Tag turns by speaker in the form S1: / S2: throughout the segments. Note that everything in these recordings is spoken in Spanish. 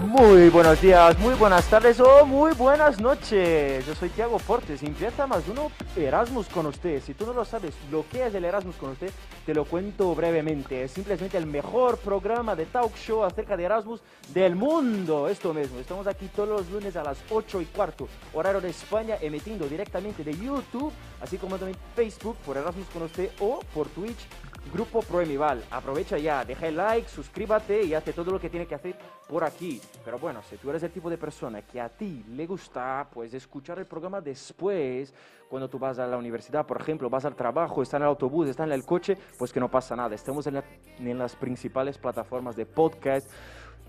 S1: Muy buenos días, muy buenas tardes o muy buenas noches. Yo soy Tiago Fortes, Imprenta más uno Erasmus con usted. Si tú no lo sabes lo que es el Erasmus con usted, te lo cuento brevemente. Es simplemente el mejor programa de talk show acerca de Erasmus del mundo. Esto mismo, estamos aquí todos los lunes a las 8 y cuarto, horario de España, emitiendo directamente de YouTube, así como también Facebook por Erasmus con usted o por Twitch Grupo Proemival. Aprovecha ya, deja el like, suscríbete y hazte todo lo que tiene que hacer por aquí. Pero bueno, si tú eres el tipo de persona que a ti le gusta, pues escuchar el programa después, cuando tú vas a la universidad, por ejemplo, vas al trabajo, está en el autobús, está en el coche, pues que no pasa nada. Estamos en, la- en las principales plataformas de podcast.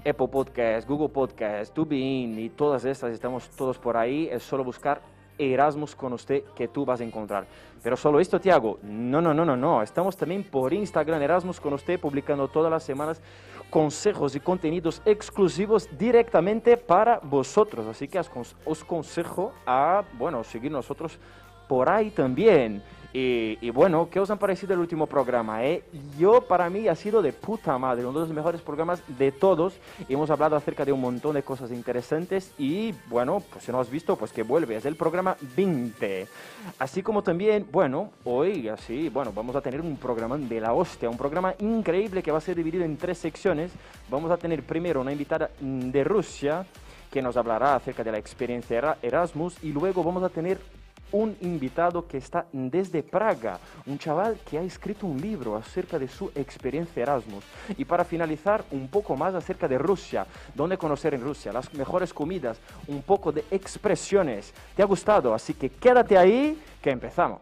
S1: Apple Podcast, Google Podcast, TubeIn y todas estas, estamos todos por ahí. Es solo buscar Erasmus con usted que tú vas a encontrar. Pero solo esto, Tiago, no, no, no, no, no. Estamos también por Instagram Erasmus con usted, publicando todas las semanas consejos y contenidos exclusivos directamente para vosotros. Así que os cons- os consejo a, bueno, seguir nosotros por ahí también. Y, y bueno, ¿qué os han parecido el último programa? eh? Yo, para mí, ha sido de puta madre, uno de los mejores programas de todos. Hemos hablado acerca de un montón de cosas interesantes y, bueno, pues si no has visto, pues que vuelve, es el programa 20. Así como también, bueno, hoy, así, bueno, vamos a tener un programa de la hostia, un programa increíble que va a ser dividido en tres secciones. Vamos a tener primero una invitada mm, de Rusia que nos hablará acerca de la experiencia Era- Erasmus y luego vamos a tener un invitado que está desde Praga, un chaval que ha escrito un libro acerca de su experiencia Erasmus. Y para finalizar, un poco más acerca de Rusia, dónde conocer en Rusia, las mejores comidas, un poco de expresiones. ¿Te ha gustado? Así que quédate ahí, que empezamos.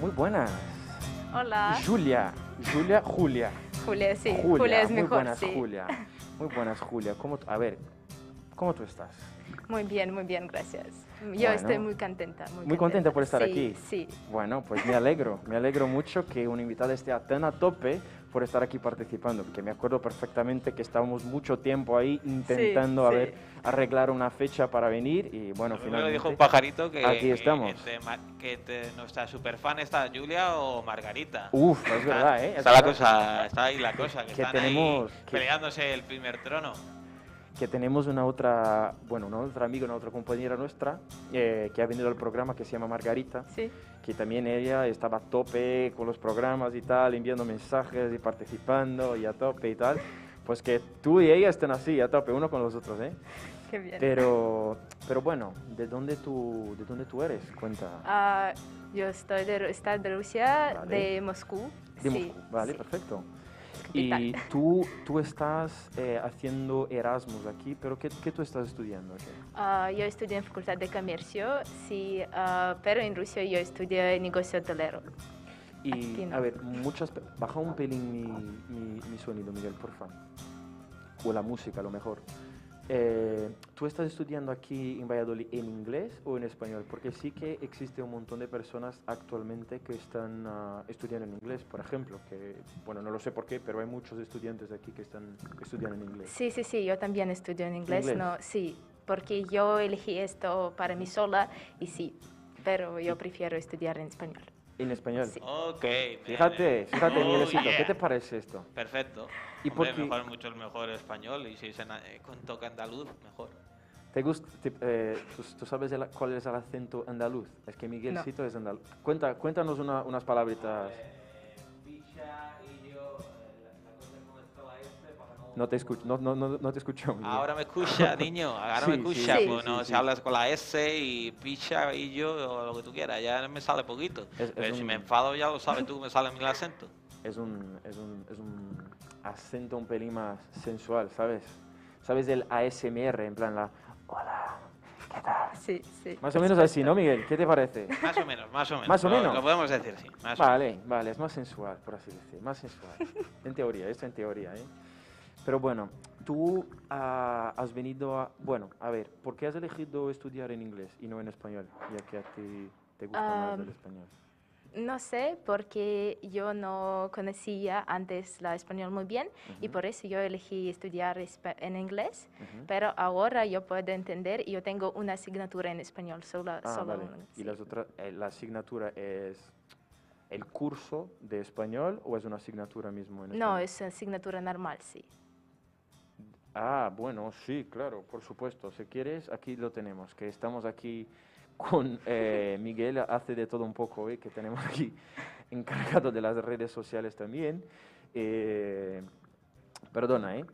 S1: Muy buenas.
S2: Hola.
S1: Julia, Julia, Julia.
S2: Julia, sí. Julia,
S1: Julia,
S2: es
S1: muy
S2: mejor.
S1: buenas,
S2: sí.
S1: Julia. Muy buenas, Julia. ¿Cómo tú- a ver, ¿cómo tú estás?
S2: Muy bien, muy bien, gracias. Yo
S1: Bueno.
S2: estoy muy contenta. Muy,
S1: Muy contenta por estar
S2: Sí,
S1: aquí.
S2: Sí.
S1: Bueno, pues me alegro, me alegro mucho que un invitado esté a tan a tope por estar aquí participando, porque me acuerdo perfectamente que estábamos mucho tiempo ahí intentando a
S2: sí.
S1: ver, arreglar una fecha para venir y bueno,
S3: Lo primero que dijo
S1: finalmente...
S3: un pajarito que,
S1: aquí
S3: que
S1: estamos.
S3: entre Mar- que entre nuestra superfan está Julia o Margarita.
S1: Uf, es verdad, ¿eh? Es
S3: Está la
S1: verdad
S3: cosa, está ahí la cosa, que,
S1: Que
S3: están
S1: tenemos-
S3: ahí
S1: que-
S3: peleándose el primer trono.
S1: Que tenemos una otra, bueno, una otra amiga, una otra compañera nuestra eh, que ha venido al programa que se llama Margarita.
S2: Sí.
S1: que también ella estaba a tope con los programas y tal, enviando mensajes y participando y a tope y tal. Pues que tú y ella estén así, a tope, uno con los otros, ¿eh?
S2: Qué bien.
S1: Pero, pero bueno, ¿de dónde tú, de dónde tú eres? Cuenta.
S2: Ah, yo estoy de, Ru- está de Rusia,
S1: Vale.
S2: de Moscú.
S1: De
S2: sí,
S1: Moscú. Vale,
S2: sí.
S1: perfecto. Y
S2: Capital.
S1: tú, tú estás eh, haciendo Erasmus aquí, pero ¿qué, qué tú estás estudiando? ¿Qué?
S2: Ah, yo estudié en Facultad de Comercio, sí, ah, pero en Rusia yo estudié negocio hotelero.
S1: Y,
S2: Aquí no.
S1: a ver, muchas... pe- Baja un pelín mi, mi- mi sonido, Miguel, por favor. O la música, a lo mejor. Eh, ¿Tú estás estudiando aquí en Valladolid en inglés o en español? Porque sí que existe un montón de personas actualmente que están ah, estudiando en inglés, por ejemplo, que, bueno, no lo sé por qué, pero hay muchos estudiantes aquí que están estudiando en inglés.
S2: Sí, sí, sí, yo también estudio en inglés,
S1: ¿Inglés?
S2: No, sí, porque yo elegí esto para mí sola y sí, pero yo prefiero estudiar en español.
S1: En español.
S2: Sí.
S3: Ok. me-
S1: Fíjate, fíjate,
S3: Oh,
S1: Miguelecito, ¿qué
S3: yeah.
S1: te parece esto?
S3: Perfecto.
S1: Y
S3: Y
S1: porque-
S3: mejor mucho el mejor español y si se na- eh, con toca andaluz, mejor.
S1: ¿Te gusta? te- eh, ¿tú, tú sabes el- cuál es el acento andaluz? Es que Miguelcito es andaluz. Cuenta, cuéntanos una- unas palabritas.
S3: Eh, Picha y yo, eh, la cosa como estaba este para
S1: No te escucho, no, no, no, no te escucho. Miguel.
S3: Ahora me escucha, niño. Ahora me
S1: Sí, sí,
S3: escucha.
S2: sí,
S3: pues
S1: sí,
S3: no,
S1: sí,
S3: si
S1: sí.
S3: hablas con la S y picha y yo, o lo que tú quieras, ya me sale poquito.
S1: Es- es
S3: Pero si
S1: un-
S3: me enfado, ya lo sabes tú, me sale mi acento.
S1: Es un, es un, es un acento un pelín más sensual, ¿sabes? ¿Sabes del ASMR? En plan la... Hola, ¿qué tal?
S2: Sí, sí.
S1: Más o menos así, ¿no, Miguel? ¿Qué te parece?
S3: Más o menos, más o menos.
S1: Más o
S3: lo-
S1: menos.
S3: Lo podemos decir, sí. Más o
S1: Vale, vale, es más sensual, por así decir, más sensual. en teoría, esto en teoría, ¿eh? Pero bueno, tú ah, has venido a... Bueno, a ver, ¿por qué has elegido estudiar en inglés y no en español? Ya que a ti te gusta más
S2: Am,
S1: el español.
S2: No sé, porque yo no conocía antes la español muy bien y por eso yo elegí estudiar espa- en inglés,
S1: Ujú.
S2: pero ahora yo puedo entender y yo tengo una asignatura en español, solo,
S1: Ah,
S2: solo
S1: vale.
S2: una,
S1: ¿Y
S2: sí.
S1: las otras, eh, la asignatura es el curso de español o es una asignatura mismo en
S2: No,
S1: español?
S2: es asignatura normal, sí.
S1: Ah, bueno, sí, claro, por supuesto. Si quieres, aquí lo tenemos, que estamos aquí con eh, Miguel, hace de todo un poco hoy, que tenemos aquí encargado de las redes sociales también. Eh, perdona, ¿eh?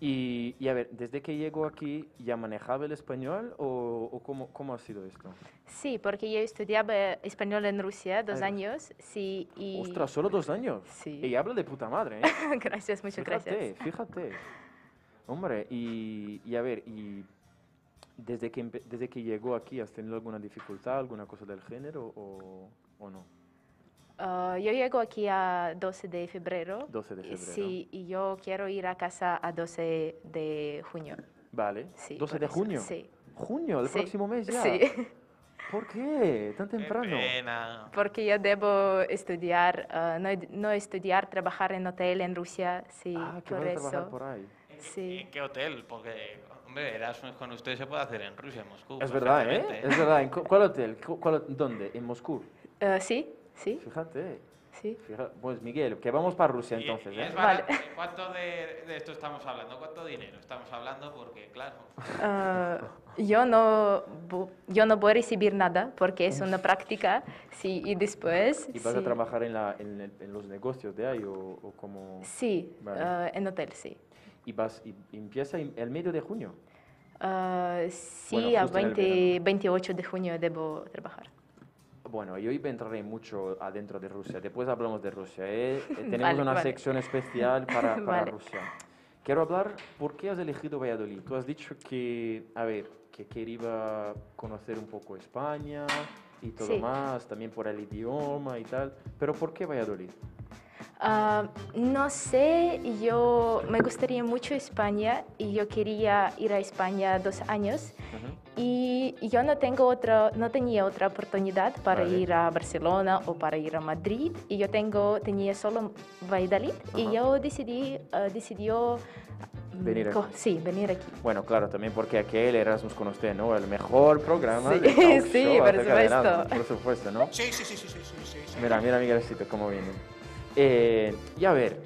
S1: Y, y a ver, ¿desde que llegó aquí ya manejaba el español o, o cómo, cómo ha sido esto?
S2: Sí, porque yo estudiaba español en Rusia dos
S1: Ah, en Rusia.
S2: años, sí, y...
S1: Ostras, solo dos años.
S2: Sí.
S1: Y habla de puta madre, ¿eh?
S2: gracias, muchas
S1: Fíjate,
S2: gracias.
S1: fíjate. Hombre, y, y a ver, y desde que, empe- desde que llegó aquí, ¿has tenido alguna dificultad, alguna cosa del género o, o no?
S2: Ah, yo llego aquí a 12 de febrero.
S1: 12 de
S2: y
S1: febrero.
S2: Sí, y yo quiero ir a casa a 12 de junio.
S1: Vale.
S2: Sí,
S1: 12
S2: por
S1: de
S2: eso,
S1: junio.
S2: Sí.
S1: Junio, el
S2: sí,
S1: próximo mes ya.
S2: Sí,
S1: ¿Por qué? Tan temprano.
S3: Qué pena.
S2: porque yo debo estudiar, ah, no, no estudiar, trabajar en hotel en Rusia, sí,
S1: ah, que
S2: por
S1: vas a trabajar
S2: eso.
S1: por ahí.
S3: ¿En qué-
S2: Sí.
S3: ¿En qué hotel? Porque, hombre, Erasmus con ustedes se puede hacer en Rusia, en Moscú.
S1: Es verdad, ¿eh?
S3: perfectamente.
S1: Es verdad. ¿En cu- ¿Cuál hotel? Cu- cuál hot- ¿Dónde? ¿En Moscú?
S2: Ah, sí, sí,
S1: Fíjate.
S2: sí.
S1: fija- Pues Miguel, que vamos para Rusia
S3: Y-
S1: entonces,
S3: y
S1: ¿eh?
S3: es barato. ¿Cuánto de, de esto estamos hablando? ¿Cuánto dinero estamos hablando? Porque, claro,
S2: Ah, yo, no, bu- yo no voy a recibir nada porque es una práctica, sí, y después...
S1: ¿Y vas a
S2: sí.
S1: trabajar en, la, en, el- en los negocios de ahí o, o como...
S2: Sí,
S1: Vale.
S2: ah, en hotel, sí.
S1: Y vas y y empieza en- el medio de junio.
S2: Ah, sí,
S1: Bueno,
S2: a
S1: justo en el
S2: 20
S1: verano.
S2: 28 de junio debo trabajar.
S1: Bueno, yo hoy entraré mucho adentro de Rusia. Después hablamos de Rusia. ¿eh? Eh, Tenemos
S2: Vale,
S1: una
S2: vale.
S1: sección especial para, para
S2: Vale.
S1: Rusia. Quiero hablar, ¿por qué has elegido Valladolid? Tú has dicho que, a ver, que quería conocer un poco España y todo
S2: Sí.
S1: más, también por el idioma y tal. Pero ¿por qué Valladolid?
S2: Ah, no sé, yo me gustaría mucho España y yo quería ir a España dos años
S1: Ujú.
S2: y yo no tengo otra, no tenía otra oportunidad para
S1: Vale.
S2: ir a Barcelona o para ir a Madrid y yo tengo tenía solo Valladolid
S1: Ajá.
S2: y yo decidí ah, decidió mm,
S1: Venir
S2: co-
S1: aquí.
S2: sí venir aquí.
S1: Bueno, claro, también porque aquel Erasmus con usted, ¿no? El mejor programa
S2: Sí,
S1: de talk
S2: sí,
S1: show
S2: por
S1: acerca de
S2: supuesto.
S1: Erasmus, por supuesto, ¿no?
S4: Sí, sí, sí, sí, sí, sí, sí, sí.
S1: Mira, mira, Miguelcito, cómo viene. Eh, y a ver,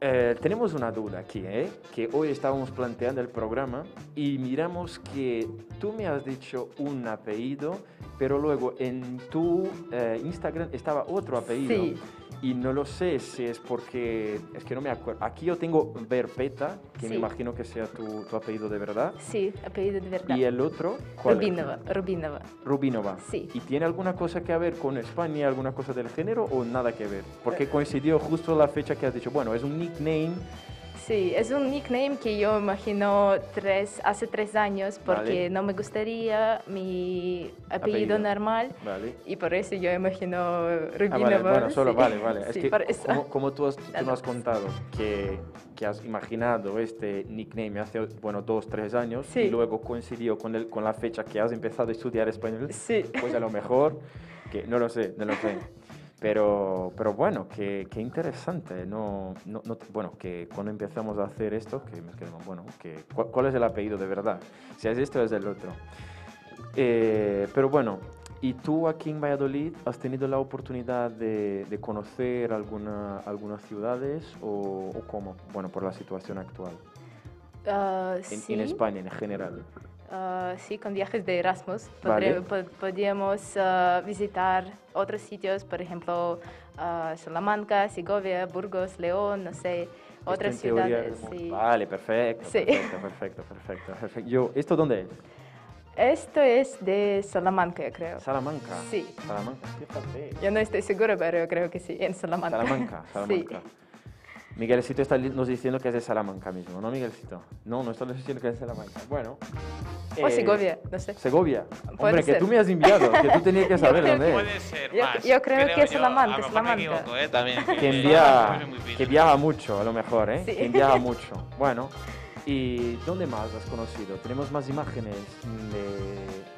S1: eh, tenemos una duda aquí, ¿eh? Que hoy estábamos planteando el programa y miramos que tú me has dicho un apellido, pero luego en tu eh, Instagram estaba otro apellido.
S2: Sí.
S1: Y no lo sé si es porque, es que no me acuerdo. Aquí yo tengo Verpeta, que me
S2: Sí.
S1: imagino que sea tu, tu apellido de verdad.
S2: Sí, apellido de verdad.
S1: Y el otro, ¿cuál es?
S2: Rubinova, Rubinova.
S1: Rubinova.
S2: Sí.
S1: ¿Y tiene alguna cosa que ver con España, alguna cosa del género o nada que ver?
S2: Eh.
S1: Porque coincidió justo la fecha que has dicho. Bueno, es un nickname.
S2: Sí, es un nickname que yo imagino tres, hace tres años porque
S1: Vale.
S2: no me gustaría mi
S1: Apellido.
S2: apellido, normal
S1: Vale.
S2: y por eso yo imagino
S1: Ah,
S2: Rubinova.
S1: vale, bueno, solo,
S2: sí.
S1: vale, vale.
S2: Sí,
S1: es
S2: por
S1: que,
S2: eso.
S1: como, como tú, has, tú
S2: Ah,
S1: no
S2: no.
S1: has contado que, que has imaginado este nickname hace, bueno, dos, tres años y
S2: Sí.
S1: luego coincidió con, el, con la fecha que has empezado a estudiar español,
S2: Sí.
S1: pues a lo mejor, que no lo sé, no lo sé. Pero, pero bueno, qué, qué interesante. No, no, no te- bueno, que cuando empezamos a hacer esto, que me quedo, bueno, que, ¿cuál, cuál es el apellido de verdad? Si es esto, es el otro. Eh, pero bueno, ¿y tú aquí en Valladolid has tenido la oportunidad de, de conocer alguna, algunas ciudades o, o cómo? Bueno, por la situación actual
S2: Ah,
S1: en,
S2: sí,
S1: en España en general.
S2: ah, sí, con viajes de Erasmus
S1: Vale.
S2: podré- pod- podíamos ah, visitar otros sitios, por ejemplo, ah, Salamanca, Segovia, Burgos, León, no sé,
S1: Esto
S2: otras
S1: en teoría
S2: ciudades.
S1: como-
S2: sí.
S1: Vale, perfecto,
S2: Sí.
S1: perfecto, perfecto, perfecto, perfecto. Yo, ¿Esto dónde es?
S2: Esto es de Salamanca, yo creo.
S1: Salamanca.
S2: Sí.
S1: Salamanca, fíjate.
S2: Yo no estoy segura, pero yo creo que sí, en Salamanca.
S1: Salamanca, Salamanca.
S2: Sí.
S1: Miguelcito está li- nos diciendo que es de Salamanca mismo, ¿no, Miguelcito? No, no está diciendo que es de Salamanca. Bueno.
S2: O
S1: eh,
S2: Segovia, no sé.
S1: Segovia.
S2: Puede
S1: Hombre, que
S2: ser.
S1: tú me has enviado, que tú tenías que saber
S2: creo
S1: dónde es.
S3: puede ser
S2: Yo-
S3: más.
S2: yo creo que es
S3: yo,
S2: Salamanca,
S3: A lo mejor
S2: Salamanca.
S3: me equivoco, ¿eh? También.
S1: Que
S3: eh,
S2: Ah,
S1: envía,
S3: soy muy
S1: que
S3: pillo.
S1: viaja mucho, a lo mejor, ¿eh?
S2: Sí.
S1: Que viaja mucho. Bueno, ¿Y dónde más has conocido? Tenemos más imágenes de,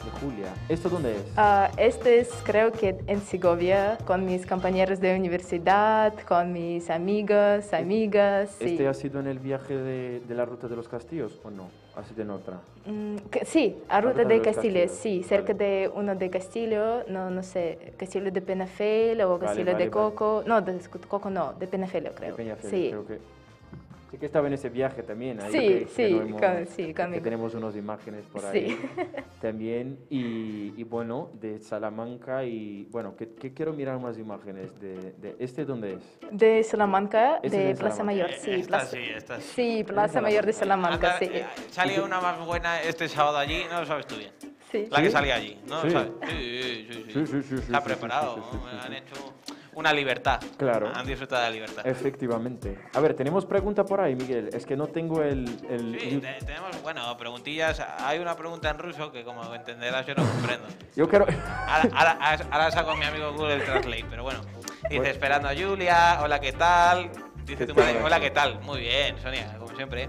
S1: de Julia. ¿Esto dónde es?
S2: Ah, este es creo que en Segovia, con mis compañeros de universidad, con mis amigos, amigas. sí.
S1: ¿Este ha sido en el viaje de, de la ruta de los castillos o no? ¿Ha sido en otra?
S2: Mm, que- sí, a ruta
S1: ruta de
S2: de
S1: los
S2: Castillo,
S1: castillos,
S2: sí,
S1: vale.
S2: cerca de uno de Castillo, no, no sé, Castillo de Penafel o
S1: Vale,
S2: Castillo
S1: vale, vale.
S2: de Coco, no, de Coco no, de Penafel creo.
S1: De Peñafiel,
S2: sí.
S1: creo que. Sí que estaba en ese viaje también. ahí
S2: Sí,
S1: que- que
S2: sí,
S1: no hemos-
S2: con- sí,
S1: Que
S2: conmigo.
S1: tenemos unas imágenes por
S2: Sí.
S1: ahí también. Y, y bueno, de Salamanca y... Bueno, que, que quiero mirar más imágenes de... de- ¿Este dónde es?
S2: De Salamanca,
S1: Ese
S2: de
S1: es de
S2: Plaza
S1: Salamanca.
S2: Mayor,
S3: Eh,
S2: sí,
S3: esta
S2: Plaza,
S3: sí, esta sí.
S2: sí, Plaza Mayor de Salamanca,
S3: Anda,
S2: sí,
S3: eh, Salió una más buena este sábado allí, no lo sabes tú bien.
S2: sí.
S3: La
S1: ¿Sí?
S3: que salía allí, ¿no?
S1: Sí.
S3: ¿Sabes? Sí, sí, sí,
S1: Sí, sí, sí, sí,
S3: Está
S1: sí,
S3: preparado,
S1: sí, sí, sí,
S3: ¿no?
S1: sí, sí.
S3: han hecho una libertad.
S1: Claro.
S3: Han disfrutado de la libertad.
S1: Efectivamente. A ver, tenemos pregunta por ahí, Miguel. Es que no tengo el... el-
S3: Sí, te- tenemos, bueno, preguntillas. Hay una pregunta en ruso que, como entenderás, yo no comprendo.
S1: Yo quiero...
S3: Ahora, ahora, ahora saco a mi amigo Google Translate, pero bueno. Dice, esperando a Julia, hola, ¿qué tal? Dice tu madre, hola, ¿qué tal? Muy bien, Sonia, como siempre. ¿eh?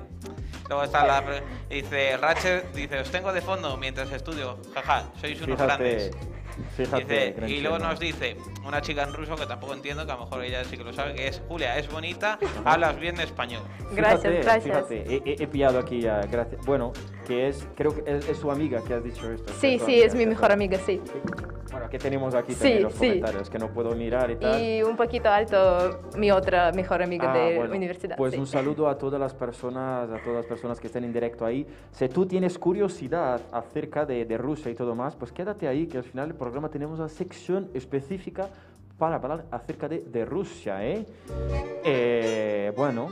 S3: Luego está la... pre- Dice, Ratchet, dice, os tengo de fondo mientras estudio. Jaja, sois unos
S1: Fíjate.
S3: grandes.
S1: Fíjate.
S3: Dice,
S1: gran
S3: y luego
S1: chema.
S3: nos dice una chica en ruso que tampoco entiendo, que a lo mejor ella sí que lo sabe, que es Julia, es bonita, hablas bien español.
S2: Gracias,
S1: Fíjate,
S2: gracias.
S1: Fíjate, he, he- he pillado aquí ya, gracias. Bueno, que es, creo que es, es su amiga que has dicho esto.
S2: Sí,
S1: su
S2: sí, es mi
S1: ¿cierto?
S2: mejor amiga, sí.
S1: Bueno, que tenemos aquí
S2: Sí,
S1: también los
S2: sí.
S1: comentarios que no puedo mirar y tal.
S2: Y un poquito alto mi otra mejor amiga
S1: Ah,
S2: de
S1: bueno,
S2: universidad.
S1: Pues
S2: sí.
S1: un saludo a todas las personas, a todas las personas que estén en directo ahí. Si tú tienes curiosidad acerca de, de Rusia y todo más, pues quédate ahí, que al final del programa tenemos una sección específica para hablar acerca de, de Rusia, ¿eh? Eh, Bueno,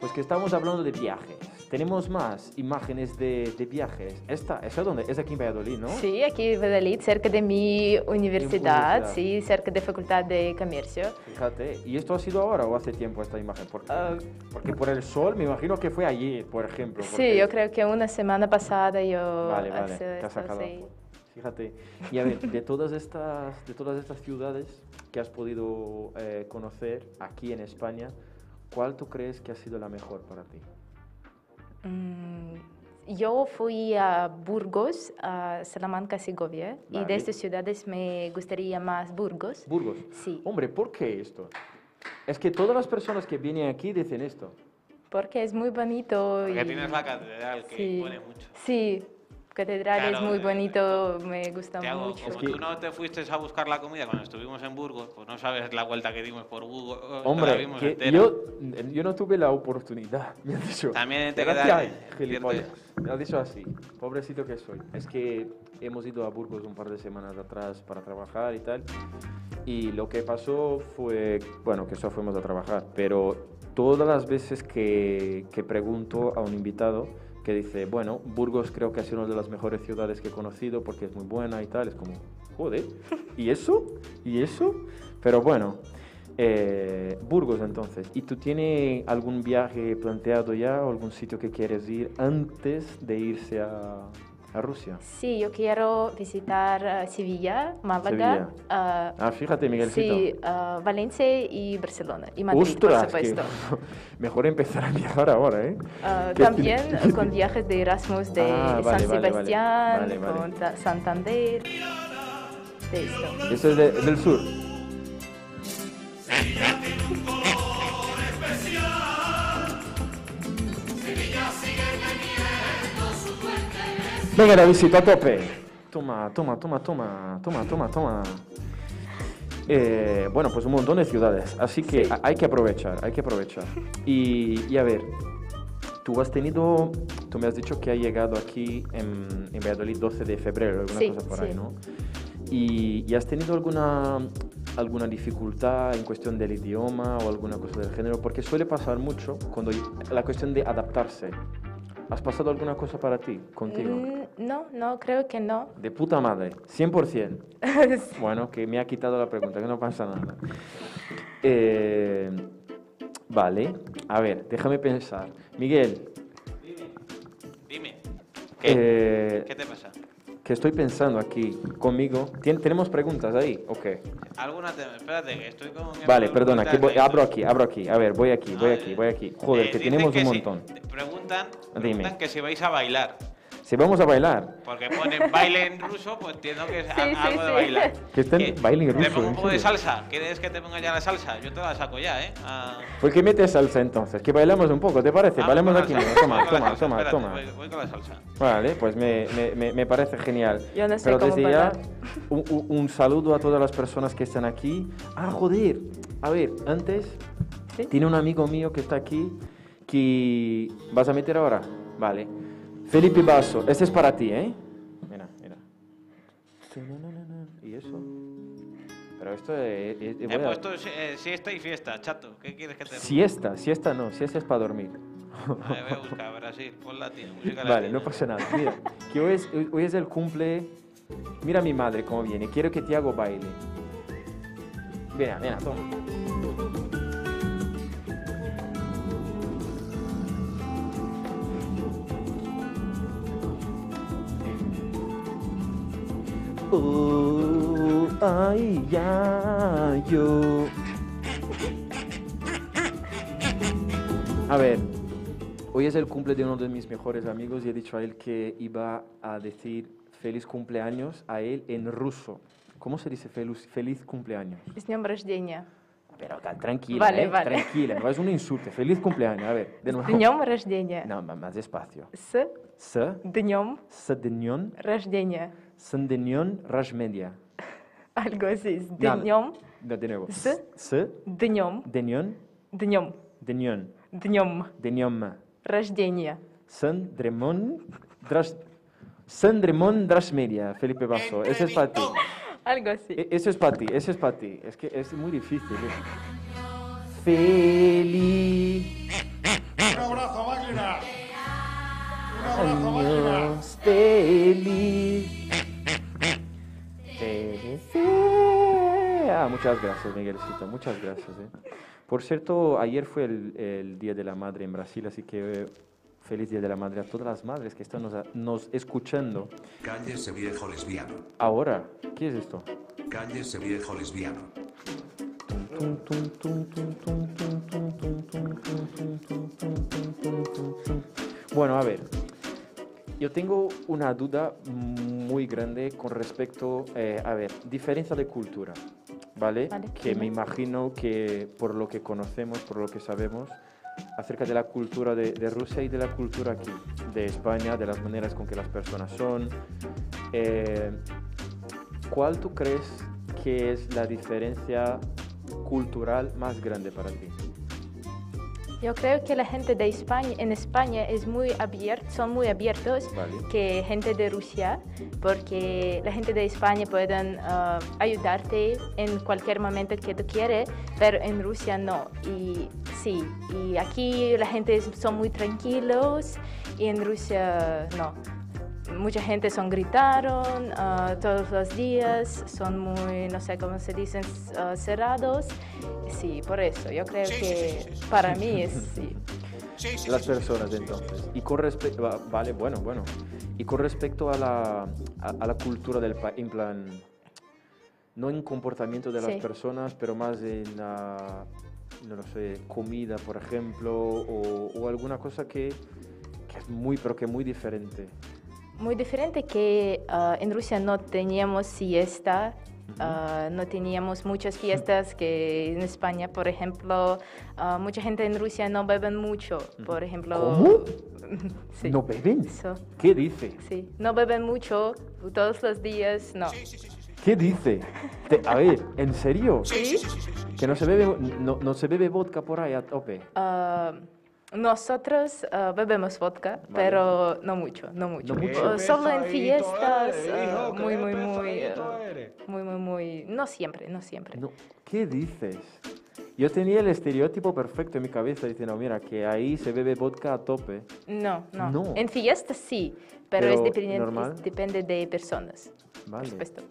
S1: pues que estamos hablando de viajes. Tenemos más imágenes de, de viajes. Esta, ¿esa dónde? Es aquí en Valladolid, ¿no?
S2: Sí, aquí en Valladolid, cerca de mi
S1: universidad.
S2: universidad, sí, cerca de Facultad de Comercio.
S1: Fíjate, ¿y esto ha sido ahora o hace tiempo esta imagen? Porque,
S2: Ah.
S1: porque por el sol me imagino que fue allí, por ejemplo.
S2: Sí,
S1: porque-
S2: yo creo que una semana pasada yo
S1: Vale, vale,
S2: hice
S1: te has
S2: esto,
S1: sacado.
S2: sí.
S1: Fíjate. Y a ver, de todas estas, de todas estas ciudades que has podido eh, conocer aquí en España, ¿cuál tú crees que ha sido la mejor para ti?
S2: Mm, Yo fui a Burgos, a Salamanca, Segovia, y
S1: Vale.
S2: de estas ciudades me gustaría más Burgos.
S1: Burgos.
S2: Sí,
S1: Hombre, ¿por qué esto? Es que todas las personas que vienen aquí dicen esto.
S2: porque es muy bonito.
S3: Porque
S2: y-
S3: tienes la catedral que
S2: sí,
S3: pone mucho.
S2: Sí, catedral es
S3: Claro,
S2: muy
S3: eh,
S2: bonito, me gusta
S3: Te hago,
S2: mucho.
S3: como
S1: que-
S3: tú no te fuiste a buscar la comida cuando estuvimos en Burgos, pues no sabes la vuelta que dimos por Google. eh, la
S1: Hombre,
S3: vimos
S1: que
S3: entera.
S1: yo, yo no tuve la oportunidad, me han dicho.
S3: También te
S1: Gracias,
S3: queda-
S1: ay,
S3: cierto.
S1: gilipollas. Me han dicho así, pobrecito que soy. Es que hemos ido a Burgos un par de semanas atrás para trabajar y tal. Y lo que pasó fue, bueno, que solo fuimos a trabajar, pero todas las veces que, que pregunto a un invitado que dice, bueno, Burgos creo que ha sido una de las mejores ciudades que he conocido porque es muy buena y tal, es como, joder, ¿y eso? ¿Y eso? Pero bueno, eh, Burgos entonces, ¿y tú tienes algún viaje planteado ya o algún sitio que quieres ir antes de irse a, a Rusia?
S2: Sí, yo quiero visitar eh, Sevilla, Málaga, ah,
S1: Ah, fíjate, Miguelcito.
S2: sí, ah, Valencia y Barcelona y Madrid, por
S1: que-
S2: supuesto.
S1: mejor empezar a viajar ahora, ¿eh?
S2: Ah,
S1: ¿Qué
S2: también eh, con viajes de Erasmus de
S1: Ah, vale,
S2: San
S1: vale, vale.
S2: Sebastián,
S1: Vale, vale.
S2: con Ta- Santander, de esto.
S1: Eso es de- del sur. Venga, Davidcito, a tope. Toma, toma, toma, toma, toma, toma, toma. Eh, bueno, pues un montón de ciudades, así que
S2: Sí.
S1: a- hay que aprovechar, hay que aprovechar. Y, y a ver, tú has tenido, tú me has dicho que ha llegado aquí en, en Valladolid 12 de febrero, alguna
S2: Sí,
S1: cosa por ahí,
S2: sí.
S1: ¿no? ¿Y, y has tenido alguna, alguna dificultad en cuestión del idioma o alguna cosa del género? Porque suele pasar mucho cuando hay- la cuestión de adaptarse. ¿Has pasado alguna cosa para ti, contigo?
S2: Mm, no, no, creo que no.
S1: De puta madre, 100%. Bueno, que me ha quitado la pregunta, que no pasa nada. Eh, vale, a ver, déjame pensar. Miguel,
S3: Dime. ¿Qué?
S1: eh,
S3: ¿Qué te pasa?
S1: que estoy pensando aquí conmigo. ¿Tien- ¿Tenemos preguntas ahí? Ok.
S3: ¿Alguna te... Espérate, que estoy como... Ah, eh,
S1: Vale, perdona, que voy- abro aquí, abro aquí. A ver, voy aquí, voy aquí, voy aquí. Joder, que tenemos un montón.
S3: preguntan,
S1: Dime.
S3: preguntan que si vais a bailar.
S1: Si vamos a bailar.
S3: Porque ponen baile en ruso, pues entiendo que es a-
S2: Sí, sí,
S3: algo de
S2: sí.
S3: bailar.
S1: Que está en baile en
S3: Te
S1: ruso,
S3: pongo
S1: ¿en
S3: un poco de
S1: serio?
S3: salsa. ¿Quieres que te ponga ya la salsa? Yo te la saco ya, ¿eh? Ah,
S1: ¿Por qué Pues metes salsa entonces? Que bailamos un poco, ¿te parece?
S3: ah,
S1: bailamos
S3: voy
S1: aquí.
S3: con la
S1: mira,
S3: salsa, voy
S1: Toma,
S3: con la
S1: toma,
S3: salsa,
S1: toma,
S3: espérate,
S1: toma.
S3: Voy, voy con la salsa.
S1: Vale, pues me, me- me- me parece genial.
S2: Yo no sé
S1: Pero
S2: cómo
S1: desde ya,
S2: bailar.
S1: un, un- un saludo a todas las personas que están aquí. Ah, joder. A ver, antes, tiene un amigo mío que está aquí que... ¿Vas a meter ahora? Vale. Felipe Basso, este es para ti, ¿eh? Mira, mira. ¿Y eso? Pero esto es... es-
S3: He
S1: voy a-
S3: puesto eh, siesta y fiesta, chato. ¿Qué quieres que te ponga?
S1: Siesta, siesta no, siesta es para dormir.
S3: Vale, voy a buscar Brasil, pon latina, música
S1: Vale,
S3: latina.
S1: no pasa nada. Mira, que hoy es, hoy es el cumple. Mira a mi madre cómo viene. Quiero que Tiago baile. Mira, mira, toma. Oh, ay, ya, yo. A ver, Hoy es el cumple de uno de mis mejores amigos y he dicho a él que iba a decir feliz cumpleaños a él en ruso. ¿Cómo se dice feliz, feliz cumpleaños?
S2: С днем рождения.
S1: Pero tan- tranquila,
S2: Vale,
S1: eh,
S2: vale.
S1: tranquila, no es un insulto. Feliz cumpleaños, a ver, de
S2: С
S1: nuevo.
S2: днем рождения.
S1: No, ma- más despacio.
S2: С
S1: С,
S2: днем
S1: Саденьон,
S2: рождения.
S1: Санденьон, Rajmedia.
S2: Альгози, с
S1: Да.
S2: днем,
S1: No, de nuevo.
S2: С.
S1: С,
S2: днем,
S1: Деньон,
S2: днем,
S1: Деньон,
S2: днем
S1: Деньон,
S2: рождения.
S1: Sandremon, Drash... Sandremon Drashmedia, Felipe Basso, ese es para ti.
S2: Альгози.
S1: E- Eso es para ti, eso es para ti. Es que es muy difícil. ¿eh? Feliz
S4: Un abrazo, máquina. Un abrazo, máquina.
S1: años, feliz. Feliz- Ah, muchas gracias, Miguelcito, muchas gracias. ¿eh? Por cierto, ayer fue el, el Día de la Madre en Brasil, así que eh, feliz Día de la Madre a todas las madres que están nos, nos escuchando.
S5: Cállese viejo lesbiano.
S1: Ahora, ¿qué es esto?
S5: Cállese viejo lesbiano.
S1: Bueno, a ver. Yo tengo una duda muy grande con respecto, eh, a ver, diferencia de cultura, ¿vale?
S2: Vale,
S1: que me
S2: dime.
S1: imagino que por lo que conocemos, por lo que sabemos, acerca de la cultura de, de Rusia y de la cultura aquí, de España, de las maneras con que las personas son. eh, ¿Cuál tú crees que es la diferencia cultural más grande para ti?
S2: Yo creo que la gente de España, en España es muy abier- son muy abiertos
S1: Vale.
S2: que gente de Rusia, porque la gente de España pueden ah, ayudarte en cualquier momento que tú quieres, pero en Rusia no. Y sí, y aquí la gente es- son muy tranquilos y en Rusia no. Mucha gente son gritaron ah, todos los días, son muy, no sé cómo se dicen, ah, cerrados. Sí, por eso, yo creo
S4: Sí, sí,
S2: que
S4: sí, sí, sí.
S2: para mí es sí.
S4: Sí, sí,
S1: las
S4: sí, sí, sí,
S1: personas
S4: sí, sí,
S1: entonces.
S4: sí,
S1: Y con respecto, vale, bueno, bueno. Y con respecto a la, a, a la cultura del país, en plan, no en comportamiento de las
S2: Sí.
S1: personas, pero más en la, no lo sé, comida, por ejemplo, o, o alguna cosa que, que es muy, pero que muy diferente.
S2: Muy diferente que ah, en Rusia no teníamos siesta, ah, no teníamos muchas fiestas que en España, por ejemplo, ah, mucha gente en Rusia no beben mucho, por ejemplo.
S1: ¿Cómo?
S2: Sí.
S1: ¿No beben?
S2: Eso,
S1: ¿Qué dice?
S2: sí. No beben mucho todos los días, no.
S4: sí, sí, sí, sí, sí.
S1: ¿Qué dice? Te- a ver, ¿en serio?
S4: Sí, sí, sí, sí, sí, sí,
S1: Que no se, bebe, no, no se bebe vodka por ahí a tope.
S2: Ah, nosotros ah, bebemos vodka, pero no mucho, no mucho.
S1: No mucho.
S2: Ah, solo en
S4: pesadito
S2: fiestas,
S4: eres,
S2: ah,
S4: hijo, que
S2: muy, muy, muy,
S4: pesadito
S2: ah,
S4: eres.
S2: muy, muy, muy, no siempre, no siempre.
S1: No, ¿qué dices? Yo tenía el estereotipo perfecto en mi cabeza diciendo, mira, que ahí se bebe vodka a tope.
S2: No, no.
S1: No.
S2: En fiestas sí, pero, es
S1: Pero,
S2: dependen-
S1: ¿normal?
S2: es- depende de personas. Por
S1: Vale.
S2: supuesto.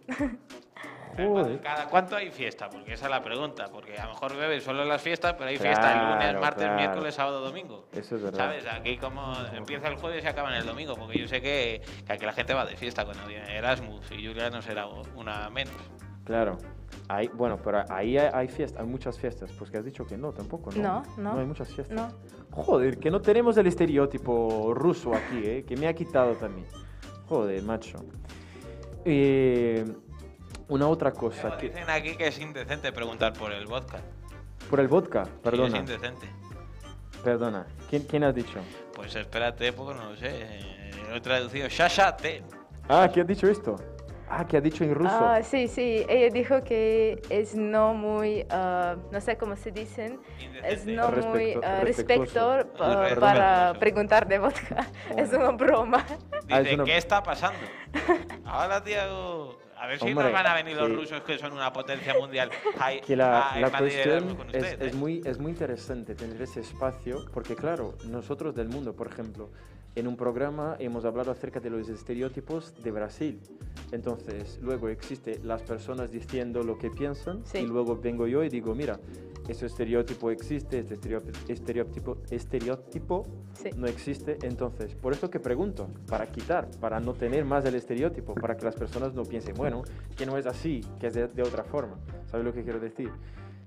S1: Joder.
S3: ¿Cada cuánto hay fiesta? Porque esa es la pregunta. Porque a lo mejor beben solo en las fiestas, pero hay fiesta el
S1: Claro,
S3: lunes, martes,
S1: claro.
S3: miércoles, sábado, domingo.
S1: Eso es verdad.
S3: ¿Sabes? Aquí como empieza el jueves y acaba en el domingo. Porque yo sé que, que aquí la gente va de fiesta cuando viene Erasmus y Julia no será una menos.
S1: Claro. Ahí, bueno, pero ahí hay, hay fiestas, hay muchas fiestas. Pues que has dicho que no, tampoco, ¿no?
S2: No, no.
S1: hay muchas fiestas.
S2: No.
S1: Joder, que no tenemos el estereotipo ruso aquí, ¿eh? Que me ha quitado también. Joder, macho. Eh, una otra cosa.
S3: Pero
S1: Que,
S3: Dicen aquí que es indecente preguntar por el vodka.
S1: por el vodka,
S3: Sí, es
S1: perdona.
S3: indecente.
S1: Perdona. ¿Quién, quién has dicho?
S3: Pues espérate, porque no lo sé. eh, Lo he traducido. Shasha te.
S1: Ah, ¿qué has dicho esto? Ah, que ha dicho en ruso.
S2: Ah, sí, sí. Ella dijo que es no muy, ah, no sé cómo se dicen, es
S3: Indecente.
S2: no muy
S1: Respecto-
S2: ah,
S1: respetuoso.
S2: respecto pa-
S3: Respetuoso.
S2: para preguntar de vodka. es una broma.
S1: Ah, es
S3: Dice,
S1: una-
S3: ¿qué está pasando? Ahora, Tiago. A ver si
S1: Hombre,
S3: nos van a venir los
S1: que-
S3: rusos que son una potencia mundial. Ay,
S1: que la,
S3: a
S1: la
S3: invadir el Erasmus
S1: cuestión
S3: con
S1: es,
S3: ustedes,
S1: es
S3: ¿eh?
S1: muy, es muy interesante tener ese espacio, porque claro, nosotros del mundo, por ejemplo, en un programa hemos hablado acerca de los estereotipos de Brasil. Entonces, luego existe las personas diciendo lo que piensan
S2: Sí.
S1: y luego vengo yo y digo, mira, ese estereotipo existe, este estereotipo, estereotipo, estereotipo
S2: Sí.
S1: no existe. Entonces, por eso que pregunto, para quitar, para no tener más el estereotipo, para que las personas no piensen, bueno, que no es así, que es de, de otra forma. ¿Sabes lo que quiero decir?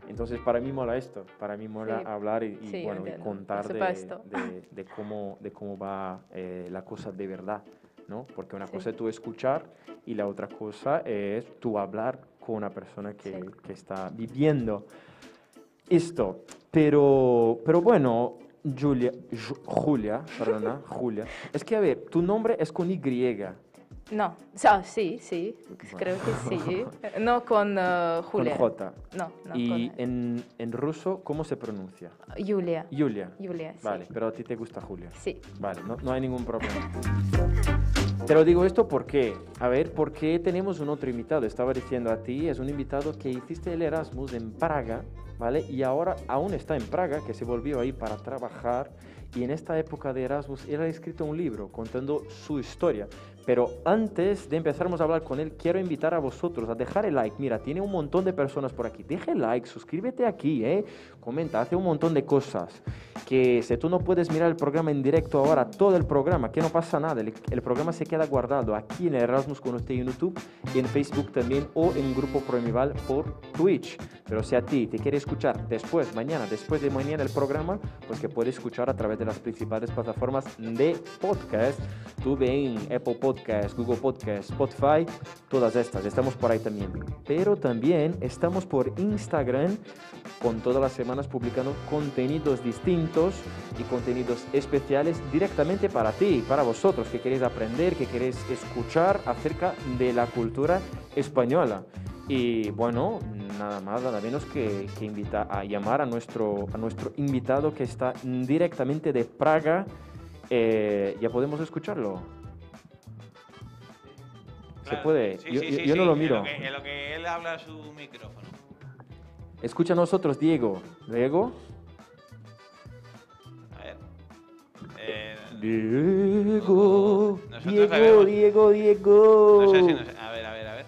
S1: Entonces, para mí mola esto, para mí mola
S2: Sí.
S1: hablar y, y,
S2: Sí,
S1: bueno, y
S2: entiendo, por
S1: contar de,
S2: supuesto.
S1: de- de cómo, de cómo va eh, la cosa de verdad, ¿no? Porque una
S2: Sí.
S1: cosa es tú escuchar y la otra cosa es tú hablar con una persona que,
S2: Sí.
S1: que está viviendo esto. Pero, pero bueno, Julia, Ju- Julia, perdona, Julia. Es que, a ver, tu nombre es con Y.
S2: No, o sea, sí, sí, creo que sí. No con eh, Julia.
S1: Con J.
S2: No, no
S1: y
S2: con E.
S1: en, en ruso, ¿cómo se pronuncia?
S2: Julia.
S1: Julia.
S2: Julia, sí.
S1: Vale, pero a ti te gusta Julia.
S2: Sí.
S1: Vale, no, no hay ningún problema. Te lo digo esto porque, a ver, porque tenemos un otro invitado. Estaba diciendo a ti, es un invitado que hiciste el Erasmus en Praga, ¿vale? Y ahora aún está en Praga, que se volvió ahí para trabajar. Y en esta época de Erasmus, él ha escrito un libro contando su historia. Pero antes de empezarmos a hablar con él, quiero invitar a vosotros a dejar el like. Mira, tiene un montón de personas por aquí. Deja el like, suscríbete aquí, ¿eh? Comenta, hace un montón de cosas. Que si tú no puedes mirar el programa en directo ahora, todo el programa, que no pasa nada. El, el programa se queda guardado aquí en Erasmus con usted en YouTube, y en Facebook también o en un grupo Promival por Twitch. Pero si a ti te quiere escuchar después, mañana, después de mañana el programa, pues que puedes escuchar a través de las principales plataformas de podcast. TubeIn, Apple Podcast, Google Podcast, Spotify, todas estas. Estamos por ahí también. Pero también estamos por Instagram con todas las semanas publicando contenidos distintos y contenidos especiales directamente para ti, para vosotros que queréis aprender, que queréis escuchar acerca de la cultura española. Y bueno, nada más, nada menos que, que invita a llamar a nuestro, a nuestro invitado que está directamente de Praga. Eh, ya podemos escucharlo. Se
S3: Claro,
S1: puede.
S3: sí,
S1: yo
S3: sí,
S1: yo-
S3: sí,
S1: yo no
S3: sí,
S1: lo
S3: en
S1: miro.
S3: que- en lo que él habla a su micrófono.
S1: Escucha a nosotros, Diego. Diego.
S3: A ver. Eh,
S1: Diego.
S3: Nosotros
S1: Diego,
S3: sabemos.
S1: Diego, Diego.
S3: no sé si nos- A ver, a ver, a ver.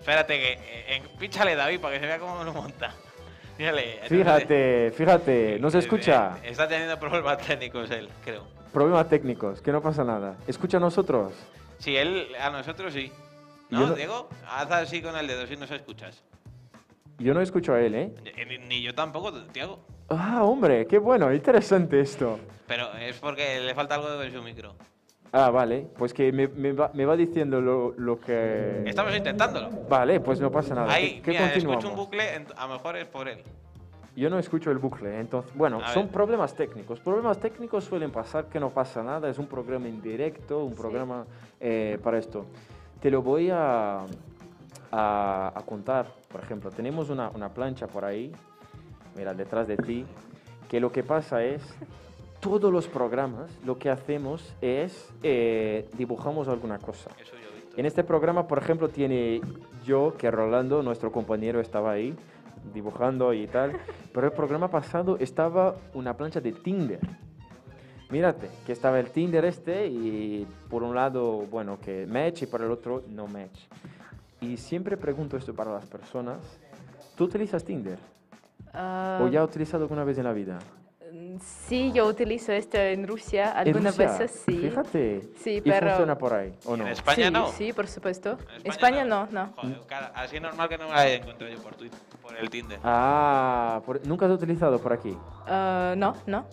S3: Espérate que. eh, en- píchale, David, para que se vea cómo me lo monta. Fíjale.
S1: Fíjate, fíjate, no se
S3: Eh,
S1: escucha.
S3: eh, Está teniendo problemas técnicos él, creo.
S1: Problemas técnicos, que no pasa nada. Escucha a nosotros.
S3: Sí, él, a nosotros sí.
S1: Yo
S3: ¿No,
S1: no-
S3: Diego? Haz así con el dedo si nos escuchas.
S1: Yo no escucho a él, ¿eh?
S3: Eh, Ni, ni yo tampoco, Tiago.
S1: Ah, hombre, qué bueno, interesante esto.
S3: Pero es porque le falta algo de su micro.
S1: Ah, vale, pues que me, me va, me va diciendo lo, lo que...
S3: Estamos intentándolo.
S1: Vale, pues no pasa nada.
S3: Ahí,
S1: ¿Qué, qué
S3: mira,
S1: continuamos?
S3: escucho un bucle, ent- a lo mejor es por él.
S1: Yo no escucho el bucle, entonces, bueno,
S3: A
S1: son
S3: ver.
S1: problemas técnicos. Problemas técnicos suelen pasar, que no pasa nada, es un programa en directo, un programa eh, para esto. Te lo voy a, a, a contar, por ejemplo, tenemos una, una plancha por ahí, mira, detrás de ti, que lo que pasa es, todos los programas lo que hacemos es eh, dibujamos alguna cosa.
S3: Eso yo he visto.
S1: En este programa, por ejemplo, tiene yo, que Rolando, nuestro compañero, estaba ahí dibujando y tal. Pero el programa pasado estaba una plancha de Tinder. Mírate, que estaba el Tinder este y por un lado, bueno, que match y por el otro no match. Y siempre pregunto esto para las personas. ¿Tú utilizas Tinder?
S2: Ah,
S1: ¿O ya has utilizado alguna vez en la vida?
S2: mm, sí, yo utilizo esto en Rusia
S1: En
S2: algunas
S1: Rusia,
S2: veces, sí.
S1: Fíjate.
S2: Sí,
S1: y
S2: pero-
S1: funciona por ahí, ¿o no?
S3: ¿En España
S2: sí,
S3: no?
S2: Sí, por supuesto.
S3: En
S2: España, no, no.
S3: Joder, cara, así es normal que no me la haya encontrado yo por Twitter, por el Tinder.
S1: Ah, por- nunca has utilizado por aquí.
S2: Ah, no, no.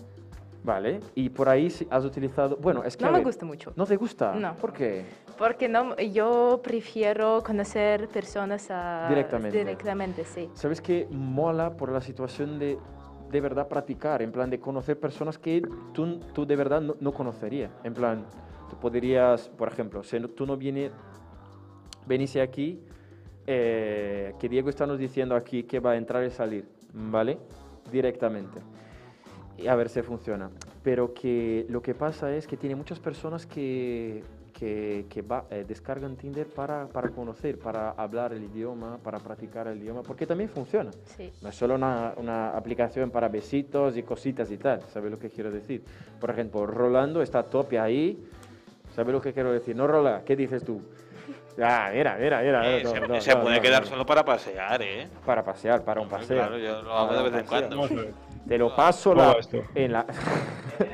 S1: Vale. Y por ahí sí has utilizado. Bueno, es que.
S2: No
S1: a
S2: me
S1: ver,
S2: gusta mucho.
S1: ¿No te gusta?
S2: No.
S1: ¿Por qué?
S2: Porque no, yo prefiero conocer personas ah,
S1: Directamente.
S2: Directamente, sí.
S1: ¿Sabes qué? Mola por la situación de de verdad practicar, en plan de conocer personas que tú, tú de verdad no, no conocerías. En plan, tú podrías, por ejemplo, si no- tú no vienes, venís aquí, eh, que Diego está nos diciendo aquí que va a entrar y salir, ¿vale? Directamente. Y a ver si funciona. Pero que lo que pasa es que tiene muchas personas que, que, que va- eh, descargan Tinder para, para conocer, para hablar el idioma, para practicar el idioma, porque también funciona.
S2: sí.
S1: No es solo una, una aplicación para besitos y cositas y tal, ¿sabes lo que quiero decir? Por ejemplo, Rolando está a tope ahí, ¿sabes lo que quiero decir? No, Rola, ¿qué dices tú? Ah, mira, mira, mira.
S3: Eh,
S1: no,
S3: se
S1: no,
S3: se
S1: no,
S3: puede
S1: no,
S3: quedar
S1: no.
S3: solo para pasear, ¿eh?
S1: Para pasear, para un
S3: Hombre,
S1: paseo.
S3: Claro, yo lo hago
S1: Para
S3: de
S1: un
S3: vez en
S1: paseo.
S3: cuando.
S6: Vamos a ver.
S1: Te lo paso
S6: ¿Cómo
S1: la,
S6: va esto?
S1: en la...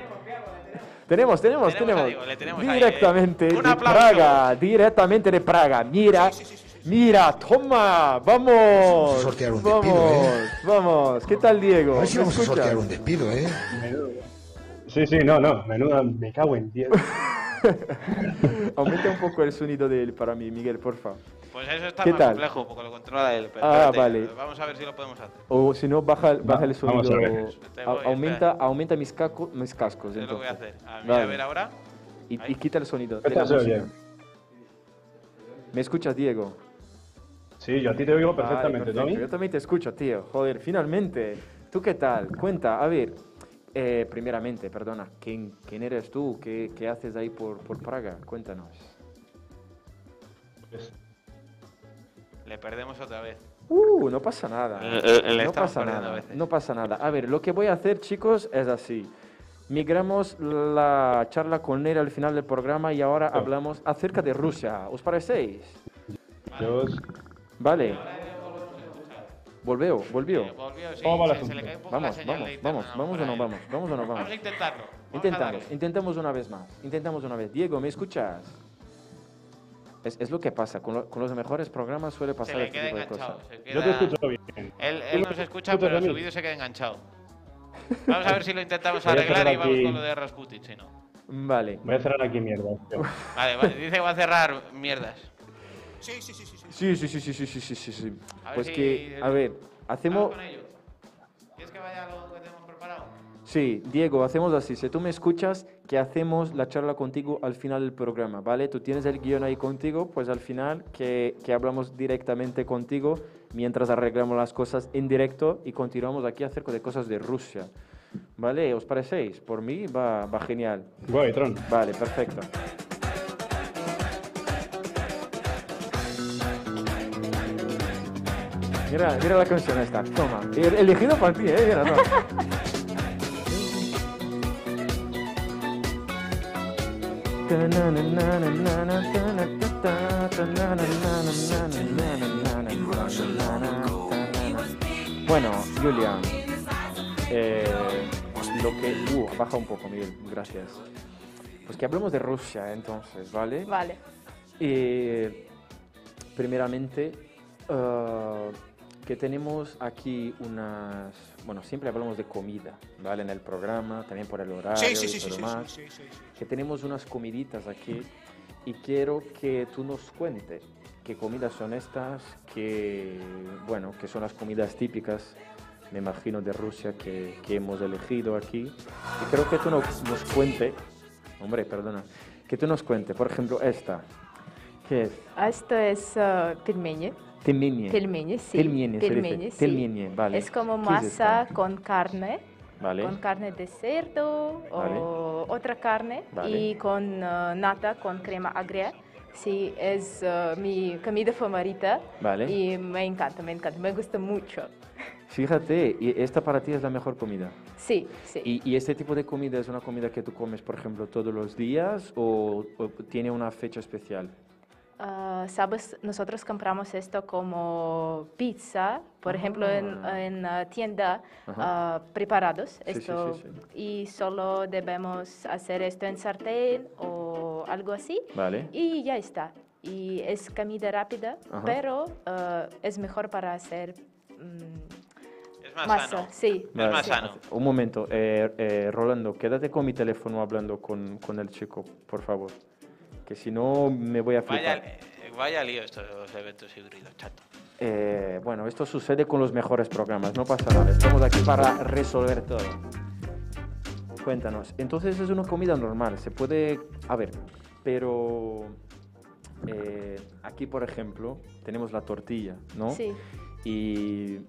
S1: tenemos, tenemos,
S3: Tenemos a
S1: tenemos.
S3: Diego, le tenemos ahí,
S1: directamente
S3: eh. Un
S1: de
S3: aplauso.
S1: Praga, directamente de Praga. Mira,
S4: Sí, sí, sí, sí, sí.
S1: mira, toma, vamos.
S4: Vamos a sortear un
S1: vamos,
S4: despido, eh.
S1: vamos. ¿Qué tal, Diego?
S4: A ver si
S1: ¿Me
S4: vamos a
S1: escuchas?
S4: sortear un despido, ¿eh?
S6: Menudo. Sí, sí, no, no. Menuda, me cago en 10.
S1: Aumenta un poco el sonido de él para mí, Miguel, porfa.
S3: Pues eso está
S1: ¿Qué
S3: más
S1: tal?
S3: complejo, porque lo controla él. pero
S1: Ah,
S3: espérate,
S1: vale.
S3: Vamos a ver si lo podemos hacer.
S1: O si no, baja, baja el
S6: vamos
S1: sonido.
S6: a ver.
S3: Te
S1: A-
S3: voy,
S1: aumenta,
S3: espera.
S1: aumenta mis, caco- mis cascos.
S3: Yo lo voy a
S1: Pues entonces.
S3: hacer. Ah, A mí,
S1: Vale.
S3: a ver ahora.
S1: Y,
S3: Ahí.
S1: y quita el sonido.
S6: ¿Qué
S1: de la
S6: tal se oye?
S1: música. ¿Me escuchas, Diego?
S6: Sí, yo a ti te oigo perfectamente,
S1: Ay, perfecto.
S6: Tommy.
S1: Yo también te escucho, tío. Joder, finalmente. ¿Tú qué tal? Cuenta, a ver. eh, primeramente, perdona, ¿quién, quién eres tú? ¿Qué, qué haces ahí por, por Praga? Cuéntanos.
S3: Le perdemos otra vez.
S1: Uh, no pasa nada.
S3: Eh, eh,
S1: no
S3: le estamos
S1: pasa
S3: perdiendo a
S1: nada.
S3: veces.
S1: No pasa nada. A ver, lo que voy a hacer, chicos, es así. Migramos la charla con él al final del programa y ahora hablamos acerca de Rusia. ¿Os parecéis?
S6: Yo-
S1: Vale. Volveo, volvió.
S3: Eh, volvió, sí,
S6: ¿Cómo va el
S3: se- se le
S6: asunto?
S3: cae un poco la
S1: Vamos,
S3: señal
S1: vamos,
S3: de internet,
S1: vamos, vamos o no
S3: Ahí.
S1: vamos, vamos o no
S3: Vamos
S1: vamos.
S3: a intentarlo. Vamos a
S1: Intentamos,
S3: darle.
S1: intentamos una vez más. Intentamos una vez. Diego, ¿me escuchas? Es, es lo que pasa. Con, lo- con los mejores programas suele
S3: Se
S1: pasar
S3: le
S1: este
S3: queda
S1: tipo de
S3: enganchado.
S1: cosas.
S3: se
S6: Yo te
S3: queda-
S6: escucho bien.
S3: Él, él nos escucha,
S6: escuchas
S3: pero
S6: a mí?
S3: su vídeo se queda enganchado. Vamos a ver si lo intentamos
S6: Voy a
S3: arreglar
S6: cerrar
S3: y vamos
S6: aquí.
S3: con lo de Rasputin, si no.
S1: Vale.
S6: Voy a cerrar aquí mierda. tío.
S3: Vale, vale, dice que va a cerrar mierdas.
S4: Sí, sí, sí, sí, sí.
S1: Sí, sí, sí, sí, sí, sí, sí, sí, sí.
S3: A ver
S1: Pues
S3: si-
S1: que, a ver,
S3: Vamos
S1: hacemos...
S3: con ello. ¿Quieres que vaya a lo que tenemos preparado?
S1: Sí, Diego, hacemos así. Si tú me escuchas, que hacemos la charla contigo al final del programa, ¿vale? Tú tienes el guión ahí contigo, pues al final que, que hablamos directamente contigo mientras arreglamos las cosas en directo y continuamos aquí acerca de cosas de Rusia. ¿Vale? ¿Os parecéis? Por mí va, va genial.
S6: Voy, Tron.
S1: Vale, perfecto. Mira, mira la canción esta, toma. El- Elegido para ti, eh, mira, toma. Bueno, Julian, eh, lo que... Uh, baja un poco, Miguel, gracias. Pues que hablemos de Rusia entonces, ¿vale?
S2: Vale.
S1: Eh, primeramente, ah, que tenemos aquí unas... Bueno, siempre hablamos de comida, ¿vale? En el programa, también por el horario
S4: Sí, sí,
S1: y
S4: sí, sí,
S1: Ah, todo
S4: sí,
S1: más
S4: sí, sí, sí, sí.
S1: que tenemos unas comiditas aquí y quiero que tú nos cuentes qué comidas son estas, que, bueno, que son las comidas típicas, me imagino, de Rusia que, que hemos elegido aquí. Y creo que tú no- nos cuente, hombre, perdona, que tú nos cuente, por ejemplo, esta, que es
S2: Ah, Esto es uh, pelmeni.
S1: telmenie.
S2: Pelmeni, sí.
S1: Telmenie, se dice.
S2: Pelmeni, sí.
S1: Telmenie, vale.
S2: Es como
S1: ¿Qué
S2: masa
S1: esto?
S2: con carne,
S1: Vale.
S2: con carne de cerdo o otra carne
S1: Vale.
S2: y con uh, nata, con crema agria. Sí, es uh, mi comida favorita
S1: Vale.
S2: y me encanta, me encanta, me gusta mucho.
S1: Fíjate, y esta para ti es la mejor comida.
S2: Sí, sí.
S1: ¿Y, y este tipo de comida es una comida que tú comes, por ejemplo, todos los días o, o tiene una fecha especial?
S2: ah, sabes, nosotros compramos esto como pizza, por ejemplo, en,
S1: Ah.
S2: en la tienda
S1: Ajá.
S2: ah, preparados.
S1: sí, sí,
S2: Esto,
S1: sí.
S2: Y solo debemos hacer esto en sartén o algo así.
S1: Vale.
S2: Y ya está. Y es comida rápida,
S1: Ajá.
S2: pero ah, es mejor para hacer mm,
S3: Es más
S2: masa.
S3: sano.
S2: Sí.
S1: Vale.
S3: más
S2: sí.
S3: sano.
S1: Un momento, eh, eh, Rolando, quédate con mi teléfono hablando con, con el chico, por favor. Que si no me voy a
S3: Vaya,
S1: flipar.
S3: eh, vaya lío estos eventos híbridos, chato.
S1: Eh, bueno, esto sucede con los mejores programas, no pasa nada. Estamos aquí para resolver todo. Cuéntanos, entonces es una comida normal, se puede... A ver, pero... eh, aquí, por ejemplo, tenemos la tortilla, ¿no?
S2: Sí.
S1: Y,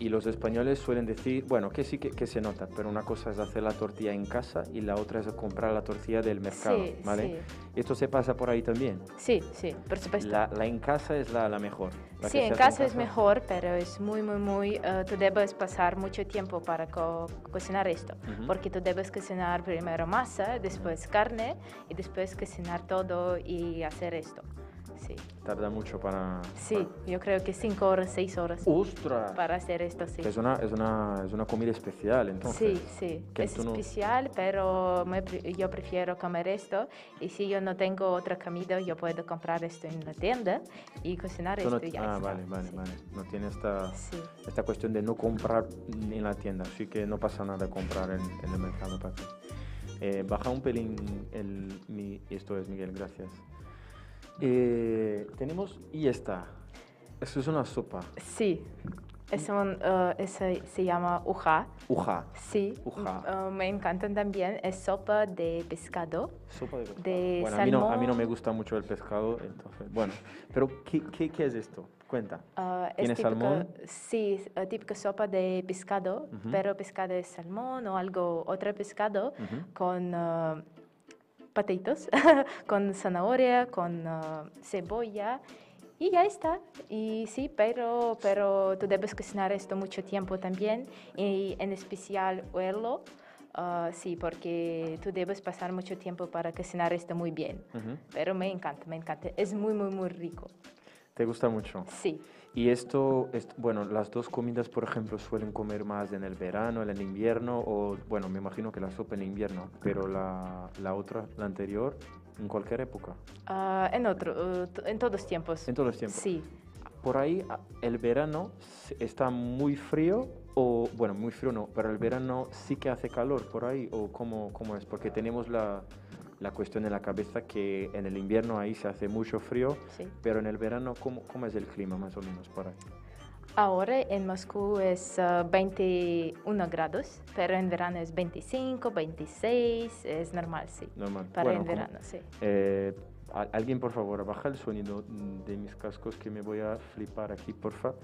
S1: y los españoles suelen decir, bueno, que sí que, que se nota, pero una cosa es hacer la tortilla en casa y la otra es comprar la tortilla del mercado,
S2: Sí,
S1: ¿vale? Esto se pasa por ahí también.
S2: Sí, sí, por supuesto.
S1: La, la en casa es la, la mejor. la
S2: sí,
S1: que se
S2: en
S1: hace
S2: casa es mejor, pero es muy, muy, muy... eh, tú debes pasar mucho tiempo para co- cocinar esto,
S1: Ujú.
S2: porque tú debes cocinar primero masa, después carne y después cocinar todo y hacer esto. Sí,
S1: Tarda mucho para...
S2: sí, yo creo que cinco horas, seis horas
S1: Uh. ¡Ostras!
S2: para hacer esto, sí.
S1: Es una, es, una, es una comida especial, entonces.
S2: Sí, sí,
S1: que
S2: es
S1: tú no-
S2: especial, pero me pre- yo prefiero comer esto. Y si yo no tengo otra comida, yo puedo comprar esto en la tienda y cocinar
S1: Tú no-
S2: esto. y ya
S1: ah,
S2: está.
S1: vale, vale,
S2: Sí,
S1: vale. No tiene esta,
S2: sí.
S1: esta cuestión de no comprar en la tienda, así que no pasa nada comprar en, en el mercado para ti. Eh, baja un pelín el, mi, esto es Miguel, gracias. Eh, tenemos y esta. Esto es una sopa.
S2: Sí, es un, eh, ese se llama uja.
S1: Uja.
S2: Sí,
S1: Uja.
S2: m- eh, me encantan también. Es sopa de pescado.
S1: Sopa de pescado.
S2: De
S1: bueno, a mí, no, a mí no
S2: salmón.
S1: me gusta mucho el pescado, entonces. Bueno, pero ¿qué, qué, qué es esto? Cuenta.
S2: Ah, es
S1: ¿Tiene
S2: típico-
S1: salmón?
S2: Sí, es eh, típico sopa de pescado,
S1: Ujú.
S2: pero pescado es salmón o algo, otro pescado
S1: Ujú.
S2: con eh, patitos, con zanahoria, con eh, cebolla. Y ya está. Y sí, pero, pero tú debes cocinar esto mucho tiempo también. Y en especial huelo. ah, sí, porque tú debes pasar mucho tiempo para cocinar esto muy bien.
S1: Ujú.
S2: Pero me encanta, me encanta. Es muy, muy, muy rico.
S1: ¿Te gusta mucho?
S2: Sí.
S1: Y esto, est- bueno, las dos comidas, por ejemplo, suelen comer más en el verano, en el invierno, o bueno, me imagino que la sopa en invierno, pero la, la otra, la anterior, en cualquier época,
S2: Ah, en otro, eh, t- en todos tiempos.
S1: en todos los tiempos.
S2: Sí,
S1: Por ahí, a- el verano s- está muy frío, o bueno, muy frío no, pero el verano sí que hace calor por ahí, o cómo, cómo es, porque tenemos la, la cuestión en la cabeza que en el invierno ahí se hace mucho frío,
S2: sí.
S1: pero en el verano, ¿cómo, cómo es el clima más o menos por ahí?
S2: Ahora en Moscú es ah, 21 grados, pero en verano es 25, 26, es normal, sí.
S1: Normal.
S2: Para
S1: Bueno,
S2: el
S1: como-
S2: verano, sí.
S1: Eh, a- alguien, por favor, baja el sonido mm, de mis cascos que me voy a flipar aquí, porfa.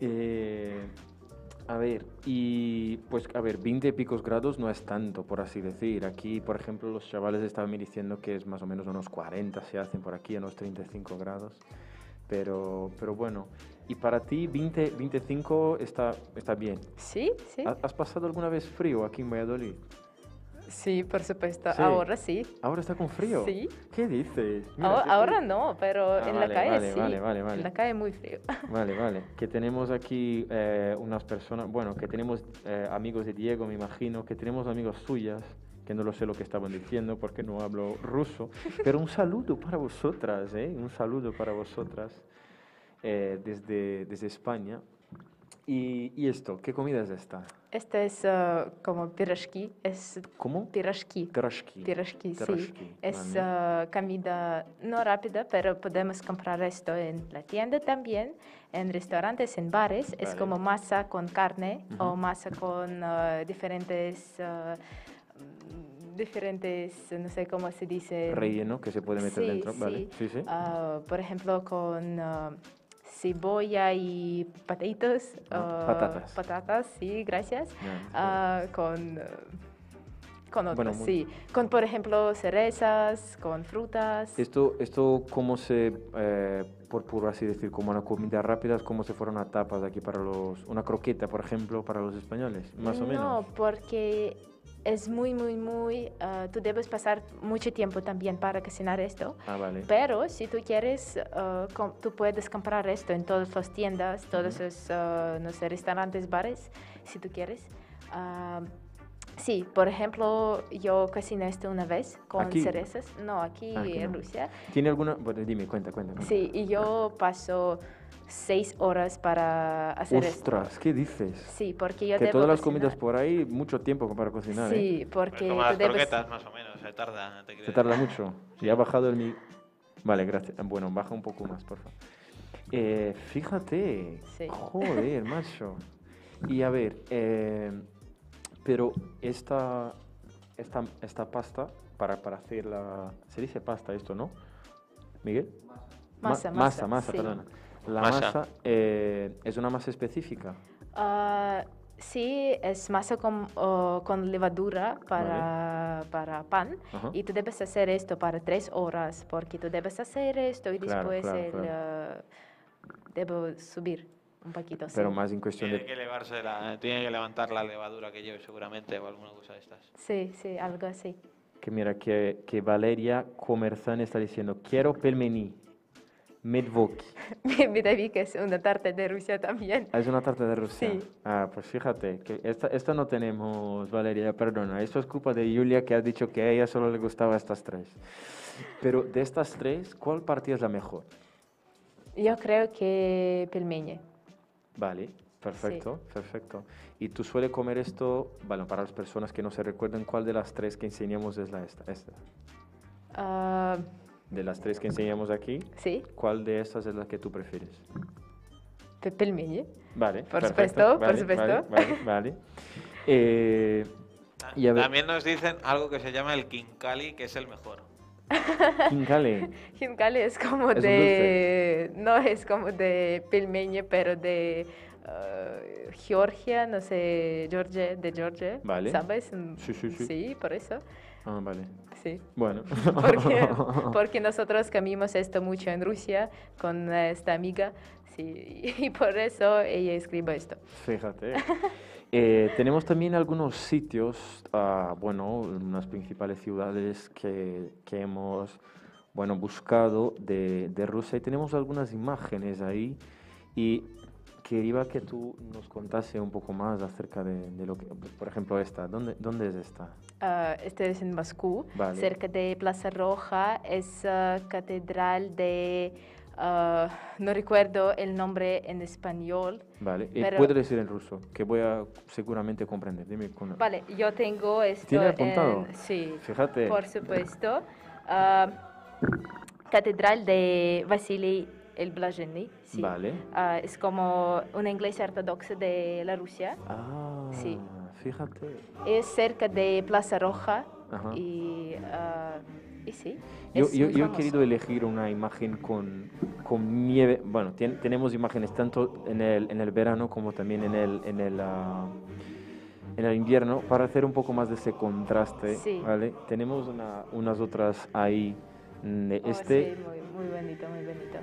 S1: Eh, a ver, y pues, a ver, 20 y picos grados no es tanto, por así decir. Aquí, por ejemplo, los chavales estaban diciendo que es más o menos unos 40 se hacen por aquí, unos 35 grados. Pero, pero bueno, y para ti 20, 25 está, está bien.
S2: Sí, sí.
S1: ¿Ha- ¿Has pasado alguna vez frío aquí en Valladolid?
S2: Sí, por supuesto.
S1: Sí.
S2: Ahora sí.
S1: ¿Ahora está con frío?
S2: Sí.
S1: ¿Qué dices? Mira,
S2: ahora,
S1: yo te-
S2: ahora no, pero
S1: Ah,
S2: en
S1: vale,
S2: la calle
S1: vale,
S2: sí.
S1: vale, vale, vale.
S2: En la calle muy frío.
S1: Vale, vale. Que tenemos aquí eh, unas personas, bueno, que tenemos eh, amigos de Diego, me imagino, que tenemos amigos suyas, que no lo sé lo que estaban diciendo porque no hablo ruso, pero un saludo para vosotras, ¿eh? Un saludo para vosotras eh, desde, desde España. Y, y esto, ¿qué comida es esta?
S2: Esto es ah, como pirashki, es
S1: ¿Cómo?
S2: pirashki.
S1: Terashki.
S2: Pirashki,
S1: Pirashki,
S2: sí. Es
S1: vale.
S2: ah, comida no rápida, pero podemos comprar esto en la tienda también, en restaurantes, en bares. Es
S1: Vale.
S2: como masa con carne
S1: Ujú.
S2: o masa con ah, diferentes, ah, mm, diferentes, no sé cómo se dice.
S1: Relleno que se puede meter
S2: Sí,
S1: dentro, ¿vale?
S2: sí.
S1: Sí, sí.
S2: Ah, por ejemplo, con ah, cebolla y patitos.
S1: Ah,
S2: ah,
S1: patatas.
S2: Patatas, sí, gracias.
S1: Ya, sí.
S2: Ah, con, eh, con otros,
S1: Bueno, muy-
S2: sí. Con, por ejemplo, cerezas, con frutas.
S1: Esto, esto cómo se, eh, por, por así decir, como una comida rápida, es como si fuera una tapa de aquí para los, una croqueta, por ejemplo, para los españoles, más o menos.
S2: No, porque es muy, muy, muy... ah, tú debes pasar mucho tiempo también para cocinar esto.
S1: Ah, vale.
S2: Pero si tú quieres, eh, com- tú puedes comprar esto en todas las tiendas, todos
S1: Ujú.
S2: los eh, no sé, restaurantes, bares, si tú quieres. Ah, sí, por ejemplo, yo cociné esto una vez con
S1: Aquí.
S2: cerezas. No, aquí,
S1: Ah, aquí
S2: en
S1: no.
S2: Rusia.
S1: ¿Tiene alguna...? Bueno, dime, cuenta, cuenta. cuenta.
S2: Sí, y yo paso seis horas para hacer esto.
S1: Ostras, ¿qué dices?
S2: Sí, porque yo
S1: que
S2: debo
S1: todas las
S2: cocinar.
S1: comidas por ahí, mucho tiempo para cocinar, ¿eh?
S2: Sí, porque
S3: Pues como las
S2: tú debes...
S3: croquetas, más o menos, se tarda. no te
S1: Se
S3: creas.
S1: tarda mucho. Si ha bajado el mi... Vale, gracias. Ah, Bueno, baja un poco más, por favor. Eh, fíjate.
S2: Sí.
S1: Joder, macho. Y a ver, eh, pero esta, esta, esta pasta, para, para hacer la... Se dice pasta esto, ¿no? Miguel. Ma-
S2: Masa,
S1: masa,
S2: masa,
S1: masa,
S2: sí.
S1: perdona. La masa,
S3: Masa.
S1: eh, es una masa específica.
S2: Ah, sí, es masa con, oh, con levadura para, para pan.
S1: Ajá.
S2: Y tú debes hacer esto para tres horas, porque tú debes hacer esto y
S1: Claro,
S2: después
S1: claro,
S2: el, eh, debo subir un poquito.
S1: Pero
S2: sí.
S1: más en cuestión
S3: Tiene que,
S1: de...
S3: elevarse la- eh, tiene que levantar la levadura que lleve seguramente o alguna cosa de estas.
S2: Sí, sí, algo así.
S1: Que mira, que, que Valeria Comerzán está diciendo, quiero pelmení, medvoki.
S2: Mi mi David, que es una tarta de Rusia también.
S1: Ah, Es una tarta de Rusia.
S2: Sí.
S1: Ah, pues fíjate, que esta, esto no tenemos, Valeria, perdona. Esto es culpa de Julia que ha dicho que a ella solo le gustaba estas tres. Pero de estas tres, ¿cuál partida es la mejor?
S2: Yo creo que pelmeñe.
S1: Vale, perfecto, perfecto. ¿Y tú sueles comer esto? Bueno, para las personas que no se recuerdan, ¿cuál de las tres que enseñamos es la esta? esta?
S2: Ah,
S1: De las tres que enseñamos aquí,
S2: sí,
S1: ¿cuál de estas es la que tú prefieres?
S2: pe- pelmeñe.
S1: Vale,
S2: Por
S1: perfecto,
S2: supuesto, por
S1: vale,
S2: supuesto.
S1: Vale, vale. vale. Eh,
S3: Ah,
S1: Y a ver-
S3: También nos dicen algo que se llama el Kinkali, que es el mejor.
S1: Kinkale.
S2: Jinkali es como
S1: Es un
S2: de. No es como de pelmeñe, pero de eh, Georgia, no sé, Georgia, de Georgia.
S1: Vale.
S2: ¿Sabes? Mm,
S1: Sí, sí, sí.
S2: Sí, por eso.
S1: Ah, vale.
S2: Sí.
S1: Bueno.
S2: Porque, porque nosotros comimos esto mucho en Rusia con esta amiga. Sí, y por eso ella escribió esto.
S1: Fíjate. Eh, tenemos también algunos sitios, ah, bueno, en las principales ciudades que, que hemos, bueno, buscado de, de Rusia y tenemos algunas imágenes ahí y quería que tú nos contase un poco más acerca de, de lo que, por ejemplo, esta. ¿Dónde, dónde es esta?
S2: Ah, este es en Moscú,
S1: Vale.
S2: cerca de Plaza Roja, es ah, catedral de... ah, no recuerdo el nombre en español.
S1: Vale. Y
S2: Pero-
S1: puedo decir en ruso, que voy a seguramente comprender. Dime. con-
S2: Vale, yo tengo esto.
S1: ¿Tiene apuntado?
S2: en- sí,
S1: Fíjate.
S2: por supuesto. Ah, catedral de Vasily el Blazhenny. sí.
S1: Vale.
S2: Ah, es como una iglesia ortodoxa de la Rusia.
S1: Ah,
S2: Sí.
S1: fíjate.
S2: Es cerca de Plaza Roja
S1: Ajá.
S2: y, ah, y sí.
S1: Yo,
S2: es
S1: yo-
S2: muy
S1: yo he
S2: famoso.
S1: querido elegir una imagen con, con nieve. Bueno, tien- tenemos imágenes tanto en el, en el verano como también en el, en, el, ah, en el invierno para hacer un poco más de ese contraste.
S2: Sí.
S1: ¿vale? Tenemos una- unas otras ahí. mm,
S2: Oh,
S1: Este,
S2: sí, muy, muy bonito, muy bonito.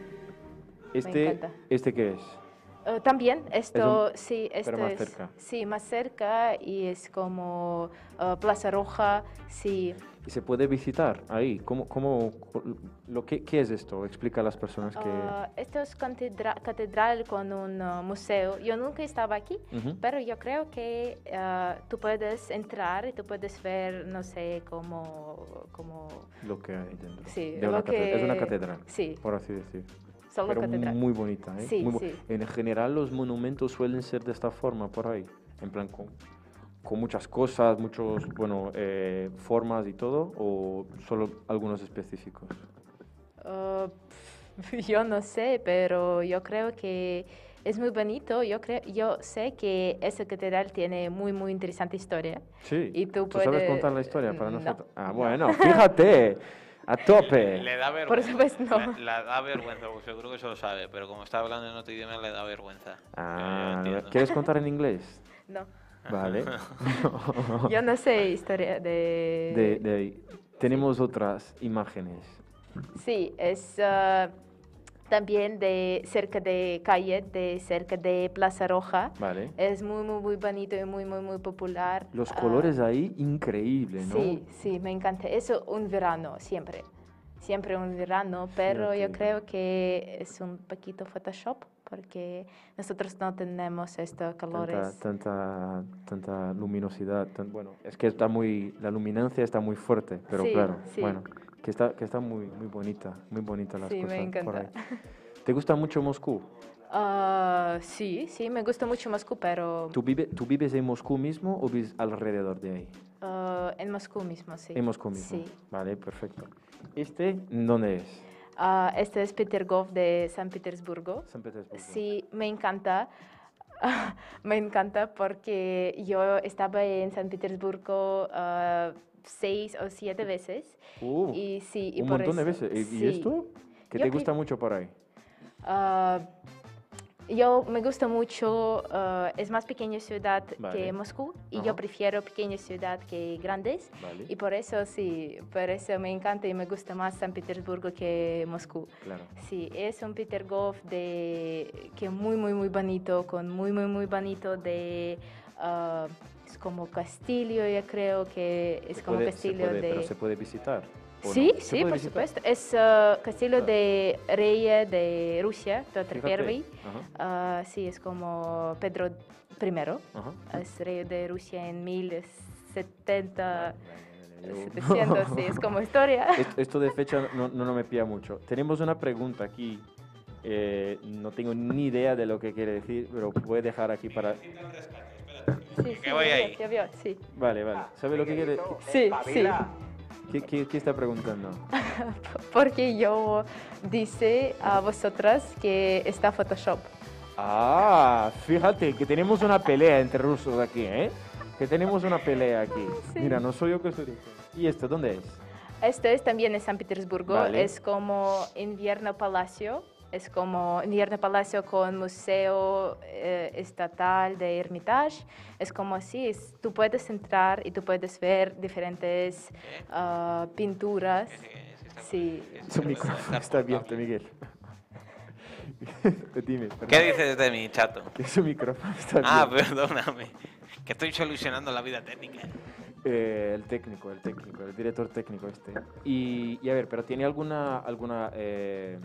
S1: este,
S2: encanta.
S1: este qué es?
S2: Eh, también esto,
S1: un-
S2: sí, esto
S1: más
S2: es-
S1: cerca.
S2: Sí, más cerca y es como eh, Plaza Roja, sí.
S1: Y se puede visitar ahí. ¿Cómo, cómo, lo que, ¿Qué es esto? Explica a las personas que...
S2: Ah, esto es catedra- catedral con un eh, museo. Yo nunca estaba aquí,
S1: Ujú.
S2: pero yo creo que ah, tú puedes entrar y tú puedes ver, no sé, como... como
S1: Lo que hay dentro.
S2: sí,
S1: de una
S2: lo
S1: catedral. Es una
S2: que-
S1: catedral,
S2: Sí,
S1: por así decir.
S2: solo
S1: Pero
S2: catedral.
S1: muy bonita, ¿eh?
S2: Sí,
S1: Muy bu-
S2: sí.
S1: En general los monumentos suelen ser de esta forma por ahí, en plan con, con muchas cosas, muchos, bueno, eh, formas y todo, o solo algunos específicos.
S2: Ah, yo no sé, pero yo creo que es muy bonito. Yo, creo, yo sé que esa catedral tiene muy, muy interesante historia.
S1: Sí.
S2: Y tú
S1: ¿Tú sabes
S2: puedes-
S1: contar la historia para
S2: No.
S1: nosotros? Ah, bueno, fíjate, a tope.
S3: Le da
S2: Por
S3: vergüenza.
S2: supuesto, no.
S3: Le, le da vergüenza, porque seguro que eso lo sabe, pero como está hablando en otro idioma, le da vergüenza.
S1: Ah,
S3: Yo entiendo.
S1: ¿Quieres contar en inglés?
S2: No,
S1: Vale.
S2: yo no sé historia de...
S1: De- de ahí. Tenemos otras imágenes.
S2: Sí, es ah, también de cerca de calle, de cerca de Plaza Roja.
S1: Vale.
S2: Es muy, muy, muy bonito y muy, muy, muy popular.
S1: Los
S2: Ah,
S1: colores ahí, increíble, ¿no?
S2: Sí, sí, me encanta. Eso un verano, siempre. Siempre un verano, pero yo
S1: ok.
S2: creo que es un poquito Photoshop porque nosotros no tenemos estos
S1: Tanta,
S2: colores.
S1: tanta, tanta luminosidad. tan- bueno, es que está muy, la luminancia está muy fuerte, pero
S2: Sí,
S1: claro,
S2: sí.
S1: bueno, que está, que está muy, muy bonita, muy bonita las
S2: Sí, me
S1: cosas por ahí.
S2: encanta.
S1: ¿Te gusta mucho Moscú?
S2: Ah, sí, sí, me gusta mucho Moscú, pero
S1: ¿Tú, vive- ¿Tú vives en Moscú mismo o vives alrededor de ahí?
S2: ah, en Moscú mismo, sí.
S1: En Moscú mismo.
S2: Sí.
S1: Vale, perfecto. ¿Este dónde es?
S2: Ah, este es Petergov de San Petersburgo.
S1: San Petersburgo.
S2: Sí, me encanta. me encanta porque yo estaba en San Petersburgo ah, seis o siete veces.
S1: Uh,
S2: y sí, y
S1: un
S2: por
S1: montón de
S2: eso-
S1: veces. ¿Y, y
S2: sí.
S1: esto? Que
S2: Yo
S1: te
S2: que-
S1: gusta mucho por ahí.
S2: Ah, yo me gusta mucho, ah, es más pequeña ciudad
S1: Vale.
S2: que Moscú y
S1: Ajá.
S2: yo prefiero pequeña ciudad que grandes.
S1: Vale,
S2: Y por eso sí, por eso me encanta y me gusta más San Petersburgo que Moscú.
S1: claro.
S2: Sí, es un Peter Goff de que muy muy muy bonito, con muy muy muy bonito de ah, es como castillo, yo creo que es como
S1: Puede- se
S2: castillo
S1: puede-
S2: de
S1: Pero se puede visitar. ¿o no?
S2: Sí,
S1: ¿Se
S2: sí,
S1: puede
S2: por
S1: visitar?
S2: supuesto. Es ah, castillo
S1: Claro.
S2: de rey de Rusia, Piotr
S1: Fíjate.
S2: I.
S1: Ajá,
S2: Ah, sí, es como Pedro I,
S1: ajá.
S2: es rey de Rusia en 1070,
S1: Yo-
S2: 700, Ah, sí, es como historia.
S1: Est- Esto de fecha no, no, no me pilla mucho. Tenemos una pregunta aquí. eh, no tengo ni idea de lo que quiere decir, pero voy a dejar aquí para...
S2: Sí,
S3: Que voy
S2: ya
S3: ahí.
S2: vio, ya vio, sí.
S1: Vale, vale. ¿Sabe lo que quiere?
S2: Sí, sí.
S1: ¿Qué, qué- qué está preguntando?
S2: Porque yo dice a vosotras que está Photoshop.
S1: Ah, fíjate que tenemos una pelea entre rusos aquí, ¿eh? Que tenemos una pelea aquí.
S2: Sí.
S1: Mira, no soy yo que estoy diciendo. ¿Y esto dónde es?
S2: Esto Este es también en San Petersburgo.
S1: Vale.
S2: Es como Invierno Palacio. Es como Invierno Palacio con Museo eh, Estatal de Hermitage. Es como así. es- tú puedes entrar y tú puedes ver diferentes
S3: ¿Eh?
S2: ah, pinturas.
S3: Que sí, que sí, está-
S2: Sí.
S3: que sí,
S1: Su
S3: que
S1: micrófono está abierto, Miguel. Dime, perdón.
S3: ¿Qué dices de mi chato?
S1: Que su micrófono está
S3: Ah,
S1: abierto.
S3: perdóname. Que estoy solucionando la vida técnica.
S1: Eh, el técnico, el técnico, el director técnico este. Y, y a ver, pero ¿tiene alguna... alguna eh,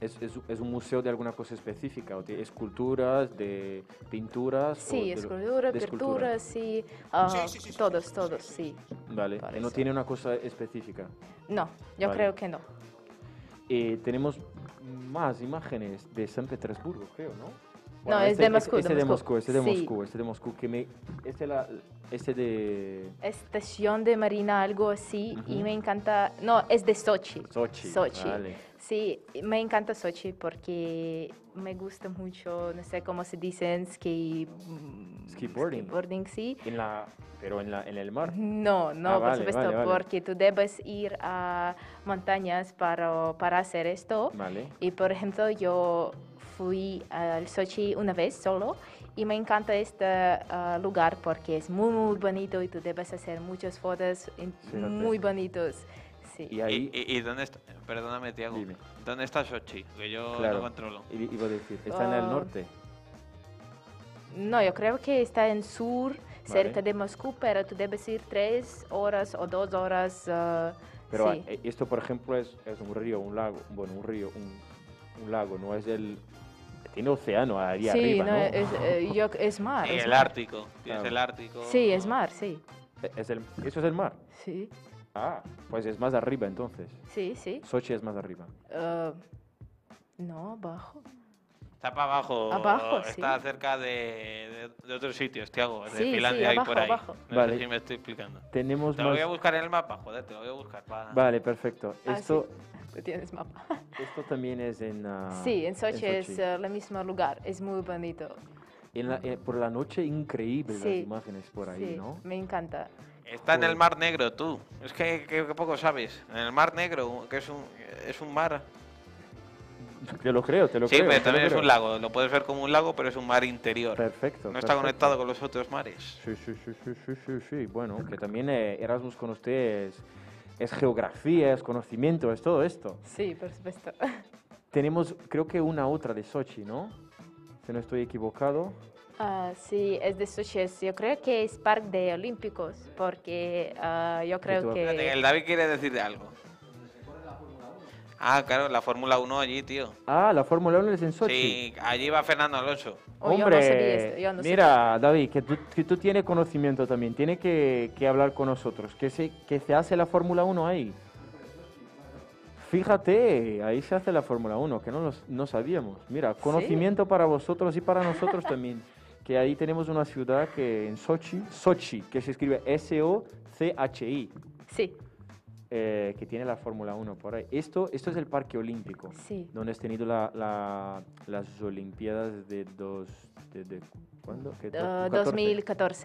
S1: es, es- es un museo de alguna cosa específica? ¿O de esculturas, de pinturas? o
S2: Sí,
S1: de lo-
S2: escultura,
S1: de escultura?
S2: pinturas, sí, ah,
S4: Sí, sí, sí, sí,
S2: Todos,
S4: sí, sí,
S2: todos,
S4: sí,
S2: sí.
S1: Vale,
S2: Para
S1: no
S2: eso.
S1: tiene una cosa específica.
S2: No, yo
S1: Vale.
S2: creo que no.
S1: Eh, tenemos más imágenes de San Petersburgo, creo, ¿no?
S2: No, es de Moscú, de
S1: Este de
S2: Moscú.
S1: Moscú, este de
S2: Sí.
S1: Moscú, este de Moscú, que me... Este, la, este de
S2: Estación de Marina, algo así,
S1: Ujú.
S2: y me encanta. No, es de Sochi.
S1: Sochi.
S2: Sochi.
S1: Vale.
S2: Sí, me encanta Sochi porque me gusta mucho, no sé cómo se dicen, ski, mm,
S1: Skateboarding.
S2: skateboarding, sí.
S1: En la, pero en, la, en el mar.
S2: No, no,
S1: Ah,
S2: por
S1: vale,
S2: supuesto,
S1: vale, vale.
S2: porque tú debes ir a montañas para, para hacer esto.
S1: Vale.
S2: Y por ejemplo, yo fui al Sochi una vez solo y me encanta este ah, lugar porque es muy, muy bonito y tú debes hacer muchas fotos en-
S1: Fíjate.
S2: muy bonitos. Sí.
S1: Y
S3: ¿Y,
S1: ahí,
S3: y- y dónde está? Perdóname, Tiago.
S1: Dime.
S3: ¿Dónde está Sochi? Que yo
S1: Claro.
S3: no controlo.
S1: i- iba a decir, está en el
S2: Ah,
S1: norte.
S2: No, yo creo que está en sur, cerca de Moscú, pero tú debes ir tres horas o dos horas. ah,
S1: Pero
S2: sí.
S1: eh, esto, por ejemplo, es, es un río, un lago. Bueno, un río, un, un lago, no es el... Tiene océano ahí
S2: Sí,
S1: arriba, ¿no?
S2: no, Es, eh, yo- es mar.
S3: Y
S2: es
S3: el
S2: mar.
S3: Ártico. Tienes
S1: Claro.
S3: el Ártico.
S2: Sí, es mar, sí.
S1: Eh, es el- eso es el mar.
S2: Sí,
S1: Ah, pues es más arriba entonces.
S2: sí, sí.
S1: Sochi es más arriba.
S2: Ah, no, bajo.
S3: Está para abajo.
S2: Abajo, sí.
S3: Está cerca de, de- de otros sitios, Tiago. De
S2: Sí, sí,
S3: Finlandia y
S2: abajo,
S3: por ahí.
S2: abajo.
S3: No
S1: Vale.
S3: sé si me estoy explicando.
S1: Tenemos
S3: Te lo
S1: más...
S3: voy a buscar en el mapa, joder, te lo voy a buscar. pa-
S1: Vale, perfecto.
S2: Ah, sí.
S1: Esto,
S2: Tienes mapa.
S1: esto también es en... ah,
S2: Sí, en Sochi es ah, eh,
S1: Sochi.
S2: el mismo lugar, es muy bonito.
S1: En la- eh, por la noche, increíble las
S2: Sí,
S1: imágenes por ahí,
S2: Sí,
S1: ¿no?
S2: Me encanta.
S3: Está en el
S1: Joder.
S3: Mar Negro, tú. Es que, que- que poco sabes. En el Mar Negro, que es un, es un mar.
S1: Te lo creo, te lo
S3: sí,
S1: creo. te
S3: pero
S1: lo
S3: también es
S1: creo.
S3: un lago. Lo puedes ver como un lago, pero es un mar interior.
S1: Perfecto.
S3: no está
S1: perfecto.
S3: conectado con los otros mares.
S1: Sí, sí, sí, sí, sí, sí, sí. Bueno, que también eh, Erasmus con usted es, es geografía, es conocimiento, es todo esto.
S2: Sí, por supuesto.
S1: Tenemos, creo que una otra de Sochi, ¿no? Si no estoy equivocado.
S2: Ah, sí, es de sushi. Yo creo que es Parque de Olímpicos, porque ah, yo creo
S1: tú-
S2: que...
S3: Espérate, que el David quiere decirte algo. Ah, claro, la Fórmula 1 allí, tío.
S1: Ah, la Fórmula 1 es en Sochi.
S3: Sí, allí va Fernando Alonso.
S2: Oh, yo no
S1: Hombre,
S2: sabía esto, yo no sabía.
S1: mira, David, que tú, que tú tienes conocimiento también, tiene que, que hablar con nosotros. ¿Qué se, que se hace la Fórmula 1 ahí? Fíjate, ahí se hace la Fórmula 1, que no, los- no sabíamos. Mira, conocimiento para vosotros y para nosotros también. Que ahí tenemos una ciudad que en Sochi, Sochi, que se escribe S-O-C-H-I,
S2: Sí,
S1: eh, que tiene la Fórmula 1 por ahí. Esto, esto es el Parque Olímpico
S2: sí.
S1: donde has tenido la- la- las Olimpiadas de dos de, de- ¿cuándo? ¿Qué?
S2: Ah,
S1: 2014.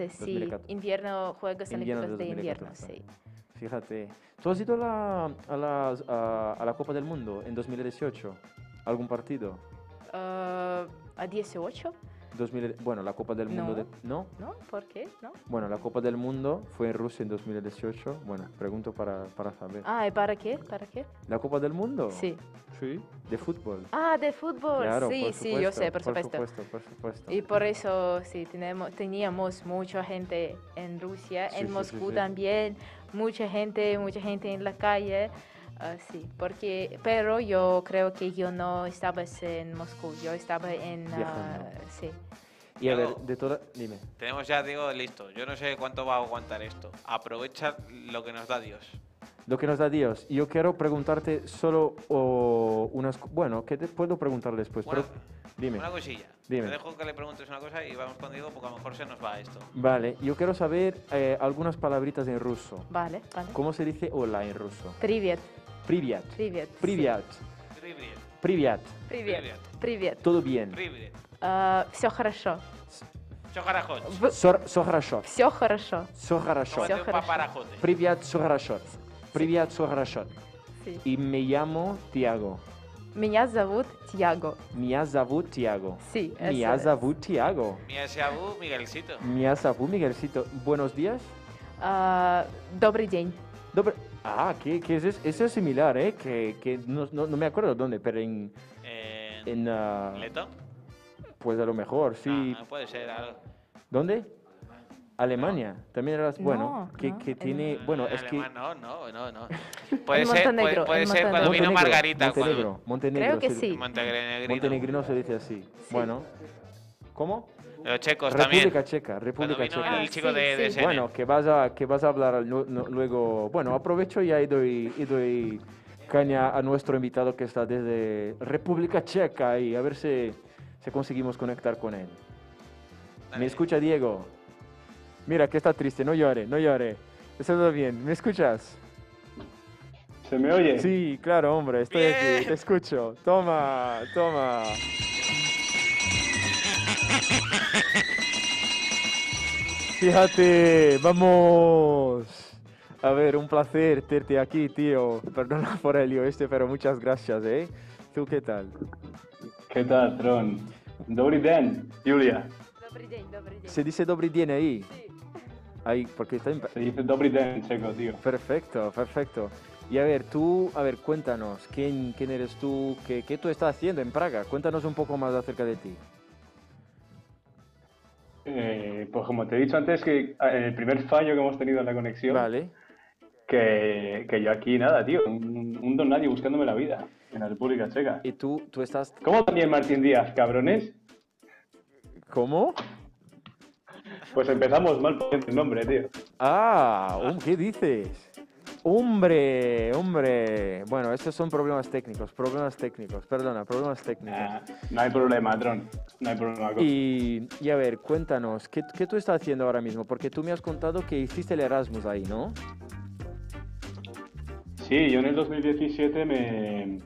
S2: 2014, sí.
S1: 2014.
S2: Invierno, Juegos
S1: Invierno
S2: Olímpicos de invierno,
S1: 2014.
S2: sí.
S1: Fíjate. ¿Tú has ido a la, a, las- a- a la Copa del Mundo en 2018? ¿Algún partido?
S2: Ah, ¿A 18?
S1: 2000 bueno, la Copa del Mundo...
S2: No.
S1: de- ¿No?
S2: ¿No? ¿Por qué? ¿No?
S1: Bueno, la Copa del Mundo fue en Rusia en 2018. Bueno, pregunto para, para saber.
S2: Ah, ¿y para qué? ¿Para qué?
S1: ¿La Copa del Mundo?
S2: Sí.
S1: Sí. ¿De fútbol?
S2: Ah, de fútbol.
S1: Claro,
S2: sí,
S1: por
S2: sí, yo sé, por supuesto.
S1: Por supuesto, por supuesto.
S2: Y por eso sí, tenemos, teníamos mucha gente en Rusia,
S1: Sí, sí,
S2: en
S1: sí,
S2: Moscú
S1: sí.
S2: también, mucha gente, mucha gente en la calle. ah, sí, porque, pero yo creo que yo no estaba en Moscú, yo estaba en... ah,
S1: Viajando.
S2: sí.
S1: Y a ver,
S3: Claro.
S1: de todas... Dime.
S3: Tenemos ya, digo, listo. Yo no sé cuánto va a aguantar esto. Aprovecha lo que nos da Dios.
S1: Lo que nos da Dios. Y Yo quiero preguntarte solo o, unas... cu- Bueno, ¿qué te puedo preguntar después?
S3: Bueno,
S1: Pero- dime.
S3: Una cosilla.
S1: Dime.
S3: Te dejo que le preguntes una cosa y vamos con Diego porque a lo mejor se nos va esto.
S1: Vale, yo quiero saber eh, algunas palabritas en ruso.
S2: Vale, vale.
S1: ¿Cómo se dice hola en ruso?
S2: Привет,
S1: Privyat.
S2: привет. sí.
S1: Privyat.
S3: Ribret,
S1: Privyat.
S2: Привет, привет.
S1: Todo bien.
S3: Ribret.
S2: Ah, все хорошо,
S3: Chocarajot.
S2: Вы-
S1: Sor- Sohrashot.
S2: все хорошо.
S1: Sohrashot.
S3: Tómate un
S2: Chocarajot.
S3: paparajote.
S1: Privyat Sohrashot. Privyat Sohrashot.
S2: Sí.
S1: Y me llamo Tiago.
S2: Меня зовут Тьяго.
S1: Mia zavut Tiago.
S2: Sí, eso
S1: Mia
S2: es.
S1: zavut Tiago.
S3: Mia Shabu, Miguelcito.
S1: Mia zavut Miguelcito. Buenos días.
S2: А, добрый день.
S1: Dobre- Ah, que, que eso, es, eso es similar, ¿eh? Que, que no, no- no me acuerdo dónde, pero en...
S3: Eh,
S1: en, ah,
S3: ¿Leto?
S1: pues a lo mejor, sí.
S3: Ah, puede ser algo.
S1: ¿Dónde? Alemania. También eras... Bueno,
S2: No,
S1: que,
S2: no,
S1: que
S2: en-
S1: tiene... Bueno, es que...
S3: Mm, Alemán, No, no, no, no. Puede ser,
S2: Montenegro,
S3: puede,
S2: en
S3: puede ser cuando
S2: Montenegro.
S3: vino Margarita.
S1: Montenegro. Montenegro.
S2: Creo que
S1: se-
S3: Cuando...
S2: sí.
S3: Montenegrino.
S1: Montenegrino se dice así. Bueno. ¿Cómo?
S3: Los checos Pues también.
S1: República Checa.
S3: Cuando
S1: República
S3: vino
S1: Checa.
S3: Pues, el chico
S2: Ah, sí,
S3: de, de
S2: sí.
S3: Sene.
S1: Bueno, que vas a, que vas a hablar al- no- no- luego. Bueno, aprovecho y ahí doy, y doy caña a nuestro invitado que está desde República Checa y a ver si, si conseguimos conectar con él.
S3: Dale.
S1: ¿Me escucha Diego? Mira, que está triste, no llore, no llore. Está todo bien, ¿me escuchas?
S6: ¿Se me oye?
S1: Sí, claro, hombre, estoy aquí,
S3: Bien.
S1: te escucho. Toma, toma. Fíjate, vamos. A ver, un placer tenerte aquí, tío. Perdona por el lío este, pero muchas gracias, ¿eh? ¿Tú qué tal?
S6: ¿Qué tal, Tron? Dobry den, Julia.
S2: Добрый день, добрый день.
S1: Se dice Dobry Dien ahí. Ahí, porque está en...
S6: Se dice Dobry den en checo, tío.
S1: Perfecto, perfecto. Y a ver, tú, a ver, cuéntanos, ¿quién, quién eres tú? ¿Qué, ¿Qué tú estás haciendo en Praga? Cuéntanos un poco más acerca de ti.
S6: Eh, pues como te he dicho antes, que ah, el primer fallo que hemos tenido en la conexión,
S1: Vale.
S6: que, que yo aquí, nada, tío, un, un don nadie buscándome la vida en la República Checa.
S1: ¿Y tú, tú estás...
S6: ¿Cómo Daniel Martín Díaz, cabrones?
S1: ¿Cómo?
S6: Pues empezamos mal por el nombre, tío.
S1: Ah, hum, ¿qué dices? Hombre, hombre. Bueno, estos son problemas técnicos, problemas técnicos, perdona, problemas técnicos.
S6: Nah, no hay problema, Tron. No hay problema. co-
S1: Y, y a ver, cuéntanos, ¿qué, ¿qué tú estás haciendo ahora mismo? Porque tú me has contado que hiciste el Erasmus ahí, ¿no?
S6: Sí, yo en el 2017 me,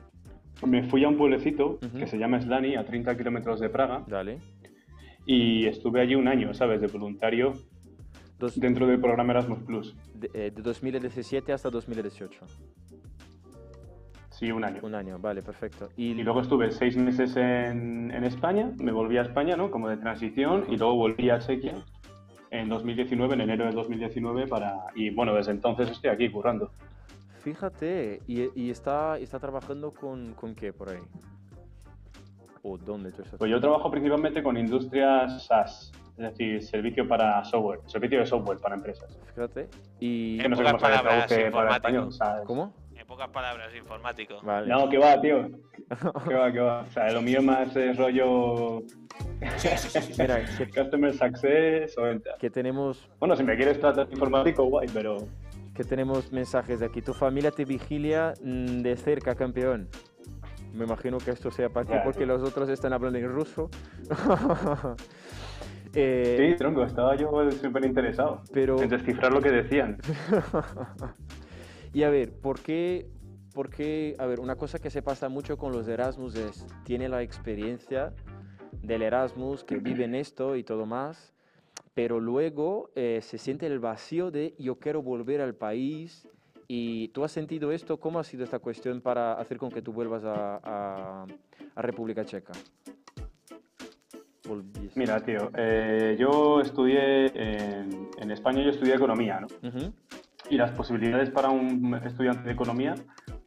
S6: me fui a un pueblecito
S1: Ujú.
S6: que se llama Slani, a 30 kilómetros de Praga,
S1: Dale.
S6: y estuve allí un año, ¿sabes? De voluntario
S1: Dos-
S6: dentro del programa Erasmus Plus.
S1: de, eh, de 2017 hasta 2018.
S6: Sí, un año.
S1: Un año, vale, perfecto.
S6: Y luego estuve seis meses en, en España, me volví a España, ¿no? Como de transición, y luego volví a Chequia en 2019, en enero de 2019, para... Y bueno, desde entonces estoy aquí currando.
S1: Fíjate, y, y está, está trabajando con, con qué por ahí. o dónde tú estás?
S6: Pues yo trabajo principalmente con industrias SaaS, es decir, servicio para software, servicio de software para empresas.
S1: Fíjate. Y...
S6: Que no sé
S3: pocas
S6: cómo se
S3: palabras,
S6: traduce para
S3: informático.
S6: español, ¿sabes?
S1: ¿Cómo?
S3: En pocas palabras, informático.
S1: Vale.
S6: No, que va, tío. Que va, que va. O sea, lo mío más es rollo
S1: Mira, que,
S6: Customer Success o venta.
S1: que tenemos
S6: Bueno, si me quieres tratar de informático, guay, pero
S1: que tenemos mensajes de aquí. Tu familia te vigilia mm, de cerca, campeón. Me imagino que esto sea para ti
S6: Ya.
S1: porque los otros están hablando en ruso. Eh,
S6: sí, tronco, estaba yo súper interesado
S1: Pero
S6: en descifrar lo que decían.
S1: y a ver, ¿por qué, por qué- A ver, una cosa que se pasa mucho con los Erasmus es, tiene la experiencia del Erasmus, que viven esto y todo más, pero luego eh, se siente el vacío de yo quiero volver al país. ¿Y tú has sentido esto? ¿Cómo ha sido esta cuestión para hacer con que tú vuelvas a, a- a República Checa? Volvies.
S6: Mira, tío, eh, yo estudié en, en España, yo estudié economía, ¿no?
S1: Ujú.
S6: Y las posibilidades para un estudiante de economía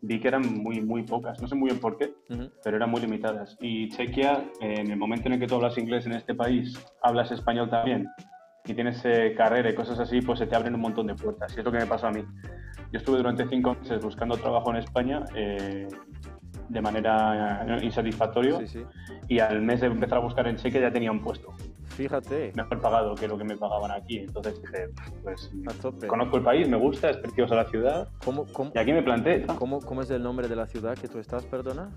S6: vi que eran muy, muy pocas. No sé muy bien por qué,
S1: Ujú.
S6: pero eran muy limitadas. Y Chequia, eh, en el momento en el que tú hablas inglés en este país, hablas español también y tienes eh, carrera y cosas así, pues se te abren un montón de puertas. Y es lo que me pasó a mí. Yo estuve durante cinco meses buscando trabajo en España eh, de manera eh, insatisfactoria
S1: Sí, sí.
S6: y al mes de empezar a buscar en Chequia ya tenía un puesto
S1: Fíjate,
S6: mejor pagado que lo que me pagaban aquí. Entonces dije, pues
S1: a tope.
S6: conozco el país, me gusta, es preciosa la ciudad
S1: ¿Cómo- cómo-
S6: y aquí me planté. ¿no?
S1: ¿Cómo, ¿Cómo es el nombre de la ciudad que tú estás, perdona?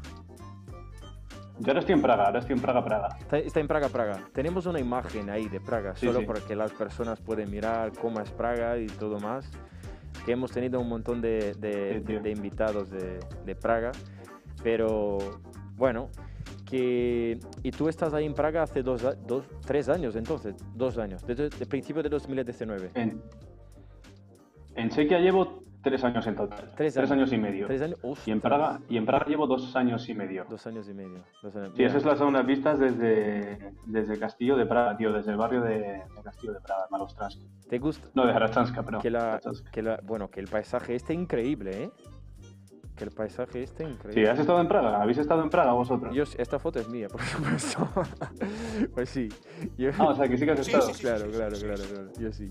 S6: Yo ahora estoy en Praga, ahora estoy en Praga, Praga.
S1: Está, está en Praga, Praga. Tenemos una imagen ahí de Praga,
S6: Sí,
S1: solo
S6: sí.
S1: para que las personas pueden mirar cómo es Praga y todo más. Que hemos tenido un montón de, de-
S6: Sí, tío.
S1: de invitados de, de Praga. Pero bueno, que... Y tú estás ahí en Praga hace dos, a- dos tres años entonces, dos años, desde desde principio de 2019.
S6: En, en Chequia llevo tres años en total.
S1: Tres años.
S6: años y medio.
S1: Tres años,
S6: Y en
S1: ostras,
S6: Praga, y en Praga llevo dos años y medio.
S1: Dos años y medio. dos años-
S6: Sí,
S1: Mira,
S6: esas las son las vistas desde, desde Castillo de Praga, tío, desde el barrio de, de Castillo de Praga, Malostransk.
S1: ¿Te gusta?
S6: No, de Harachanska, perdón.
S1: que la,
S6: Harachanska.
S1: que la- bueno, que el paisaje esté increíble, ¿eh? Que el paisaje esté
S6: Sí, ¿eh?
S1: increíble.
S6: ¿has estado en Praga? ¿Habéis estado en Praga vosotros?
S1: Yo- esta foto es mía, por supuesto. pues sí. Yo-
S6: Ah, o sea, que sí que has
S4: Sí,
S6: estado.
S4: sí, sí.
S1: claro, claro, claro, claro. Yo sí.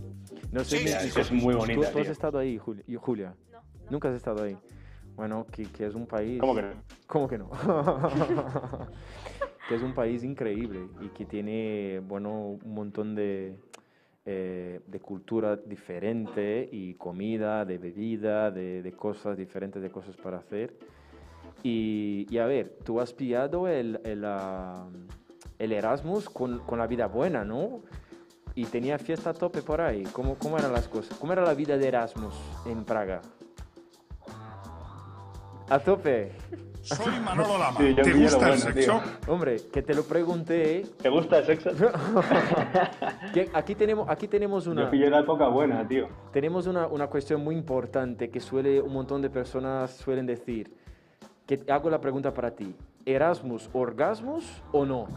S1: No sé,
S4: Sí,
S1: mira,
S4: sí,
S6: sí, es muy
S1: ¿tú-
S6: bonita,
S1: ¿Tú has
S6: tío.
S1: estado ahí, Juli- y Julia?
S2: No, no,
S1: Nunca has estado ahí.
S2: no.
S1: Bueno, que, que es un país...
S6: ¿Cómo que no?
S1: ¿Cómo que no? que es un país increíble y que tiene, bueno, un montón de, eh, de cultura diferente y comida, de bebida, de, de cosas diferentes, de cosas para hacer. Y, y a ver, tú has pillado el, el, ah, el Erasmus con, con la vida buena, ¿no? Y tenía fiesta a tope por ahí. ¿Cómo, ¿Cómo eran las cosas? ¿Cómo era la vida de Erasmus en Praga? A tope.
S4: Soy Manolo Lama.
S6: Sí, yo
S4: ¿Te
S6: vi lo
S4: gusta el
S6: bueno,
S4: sexo?
S1: Hombre, que te lo pregunté. ¿eh?
S6: ¿Te gusta el sexo?
S1: Que aquí tenemos, aquí tenemos
S6: Yo
S1: una,
S6: pillé la época buena, tío.
S1: tenemos una, una cuestión muy importante que suele un montón de personas suelen decir. Que hago la pregunta para ti. Erasmus, orgasmos o no?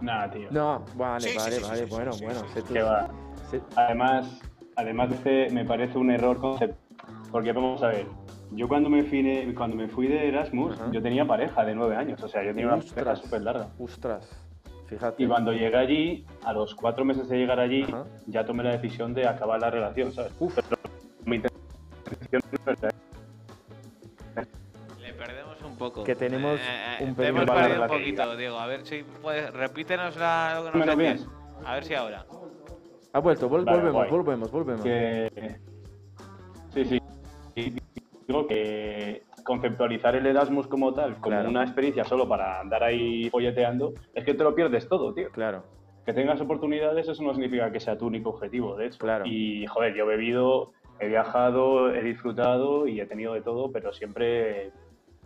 S6: Nada, tío.
S1: No, vale,
S4: Sí, sí,
S1: vale,
S4: sí, sí,
S1: vale.
S4: sí,
S1: bueno,
S4: sí,
S1: bueno.
S4: sí,
S1: se
S4: sí.
S1: tu-
S6: Que va.
S1: se-
S6: Además, además este me parece un error conceptual. Porque vamos a ver, yo cuando me fui de, cuando me fui de Erasmus,
S1: Ajá.
S6: yo tenía pareja de nueve años, o sea, yo tenía una pareja
S1: Ostras.
S6: súper larga.
S1: ostras, fíjate.
S6: Y cuando llegué allí, a los cuatro meses de llegar allí,
S1: Ajá.
S6: ya tomé la decisión de acabar la relación, ¿sabes?
S1: Uf,
S6: Mi intención no era-
S3: Le perdemos un poco. Eh,
S1: Que tenemos un
S3: te
S1: pequeño
S3: hemos
S6: valor
S3: perdido un
S6: lateral.
S3: poquito, Diego. A ver si puedes. Repítenos la, lo que
S6: Menos
S3: nos
S6: bien.
S3: decías. A ver si ahora.
S1: ha vuelto, vol-
S6: Vale,
S1: volvemos,
S6: guay.
S1: volvemos, volvemos,
S6: que- Sí, sí. Y Digo que conceptualizar el Erasmus como tal, como
S1: Claro.
S6: una experiencia solo para andar ahí folleteando, es que te lo pierdes todo, tío.
S1: Claro,
S6: que tengas oportunidades, eso no significa que sea tu único objetivo, de hecho.
S1: Claro.
S6: Y, joder, yo he bebido, he viajado, he disfrutado y he tenido de todo, pero siempre,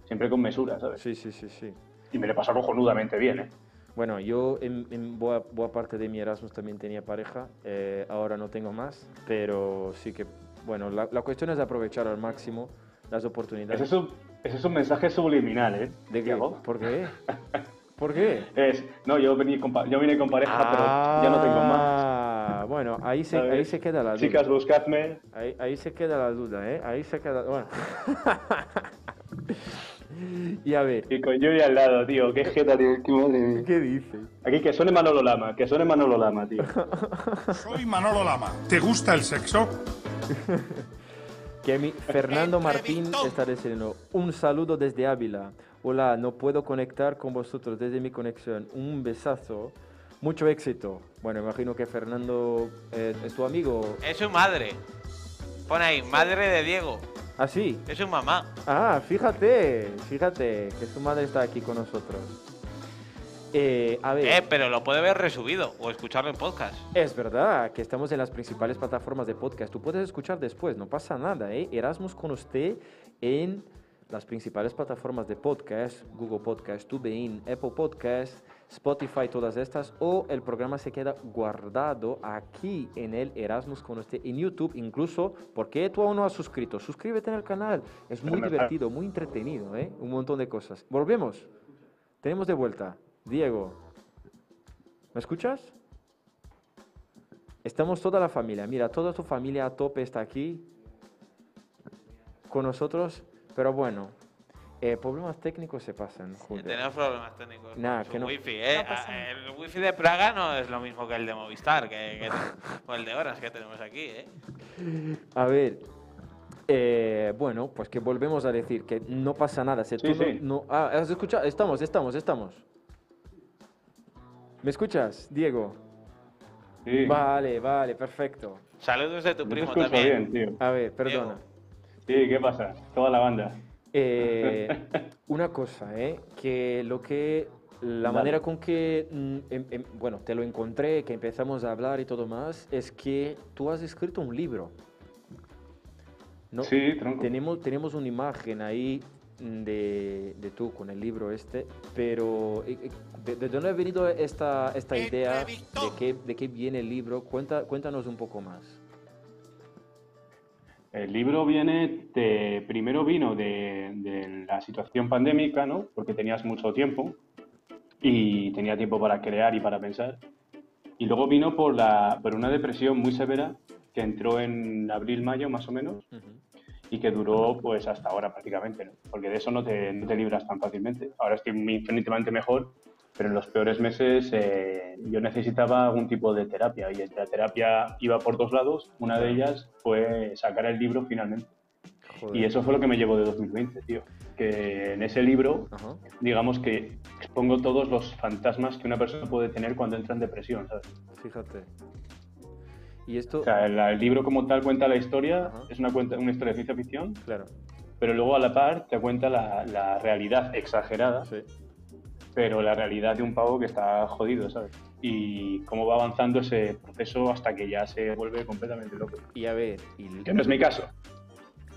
S6: siempre con mesura, ¿sabes?
S1: sí, sí, sí, sí.
S6: Y me lo he pasado cojonudamente bien, ¿eh?
S1: Bueno, yo en, en boa, boa parte de mi Erasmus también tenía pareja, eh, ahora no tengo más, pero sí que, bueno, la, la cuestión es aprovechar al máximo las
S6: Ese
S1: oportunidades.
S6: es un, ese es un mensaje subliminal, ¿eh?
S1: ¿De qué?
S6: Tiago?
S1: ¿Por qué? ¿Por qué?
S6: Es, no, yo vine con, pa- yo vine con pareja, Ah, pero ya no tengo más.
S1: Ah, Bueno, ahí se,
S6: ¿Sabes?
S1: ahí se queda la duda.
S6: Chicas, buscadme.
S1: Ahí, ahí se queda la duda, ¿eh? Ahí se queda. Bueno. y, Y a ver,
S6: Y con Yuri al lado, tío. Qué jeta, tío. Qué madre mía.
S1: ¿qué dices?
S6: Aquí que suene Manolo Lama, que suene Manolo Lama, tío.
S4: Soy Manolo Lama. ¿Te gusta el sexo?
S1: Que mi- Fernando Martín está diciendo, un saludo desde Ávila. Hola, no puedo conectar con vosotros desde mi conexión. Un besazo. Mucho éxito. Bueno, imagino que Fernando eh, es tu amigo.
S3: Es su madre. Pon ahí, madre de Diego.
S1: Ah, sí.
S3: Es su mamá.
S1: Ah, fíjate, fíjate, que su madre está aquí con nosotros. Eh, a ver,
S3: Eh, pero lo puede ver resubido o escucharlo en podcast.
S1: es verdad que estamos en las principales plataformas de podcast. Tú puedes escuchar después, no pasa nada, ¿eh? Erasmus con usted en las principales plataformas de podcast, Google Podcast, TubeIn, Apple Podcast, Spotify, todas estas, o el programa se queda guardado aquí en el Erasmus con usted en YouTube, incluso, porque tú aún no has suscrito? Suscríbete en el canal, es muy
S6: Fenomenal.
S1: divertido, muy entretenido, ¿eh? Un montón de cosas. Volvemos, tenemos de vuelta, Diego, ¿me escuchas? Estamos toda la familia. Mira, toda tu familia a tope está aquí con nosotros. Pero bueno, eh, problemas técnicos se pasan. Julio.
S3: Eh, Tenemos problemas técnicos.
S1: Pues Nah,
S3: con su
S1: que no.
S3: wifi, eh.
S2: No pasa
S3: Ah,
S2: nada.
S3: el wifi de Praga no es lo mismo que el de Movistar, que, que te- o el de Horas que tenemos aquí, eh.
S1: A ver, eh, bueno, pues que volvemos a decir que no pasa nada. Si
S6: Sí,
S1: tú no-
S6: sí.
S1: no- ah, ¿Has escuchado? Estamos, estamos, estamos. ¿Me escuchas, Diego?
S6: Sí.
S1: Vale, vale, perfecto.
S3: Saludos de tu
S6: Yo te
S3: primo
S6: escucho
S3: también.
S6: bien, tío.
S1: A ver, perdona.
S6: Sí, ¿qué pasa? Toda la banda.
S1: Eh, una cosa, ¿eh? Que lo que. La
S6: Dale.
S1: manera con que. mm, em- em, bueno, te lo encontré, que empezamos a hablar y todo más, es que tú has escrito un libro. ¿No?
S6: Sí, tronco.
S1: Tenemos, tenemos una imagen ahí mm, de, de tú con el libro este, pero eh, eh, ¿de, de dónde ha venido esta, esta idea? ¿De qué, ¿De qué viene el libro? Cuenta, cuéntanos un poco más.
S6: El libro viene, de- primero vino de, de la situación pandémica, ¿no? Porque tenías mucho tiempo y tenía tiempo para crear y para pensar. Y luego vino por, la, por una depresión muy severa que entró en abril-mayo más o menos y que duró pues hasta ahora prácticamente, ¿no? Porque de eso no te, no te libras tan fácilmente. Ahora estoy muy- infinitamente mejor, pero en los peores meses eh, yo necesitaba algún tipo de terapia y la terapia iba por dos lados. Una de ellas fue sacar el libro finalmente.
S1: Joder.
S6: Y eso fue lo que me llevó de 2020, tío. Que en ese libro,
S1: Ajá.
S6: digamos que expongo todos los fantasmas que una persona puede tener cuando entra en depresión, ¿sabes?
S1: Fíjate. Y esto.
S6: O sea, el, el libro como tal cuenta la historia,
S1: Ajá.
S6: es una, cuenta, una historia de ciencia ficción,
S1: Claro.
S6: pero luego a la par te cuenta la, la realidad exagerada,
S1: Sí.
S6: pero la realidad de un pavo que está jodido, ¿sabes? Y cómo va avanzando ese proceso hasta que ya se vuelve completamente loco.
S1: Y a ver, y,
S6: Que no es mi caso.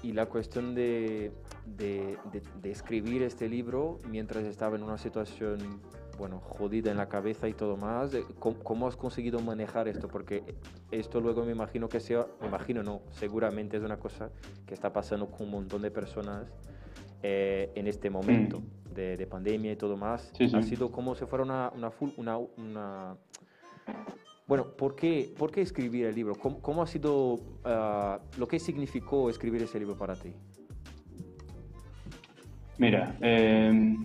S1: y la cuestión de, de- de- de escribir este libro mientras estaba en una situación, bueno, jodida en la cabeza y todo más, eh, ¿cómo, cómo has conseguido manejar esto? Porque esto luego me imagino que sea, me imagino no, seguramente es una cosa que está pasando con un montón de personas eh, en este momento
S6: Mm.
S1: de, de pandemia y todo más.
S6: Sí, sí.
S1: Ha sido como si fuera una, una full, una, una- Bueno, ¿por qué, ¿por qué escribir el libro? ¿Cómo, cómo ha sido, ah, lo que significó escribir ese libro para ti?
S6: Mira, eh,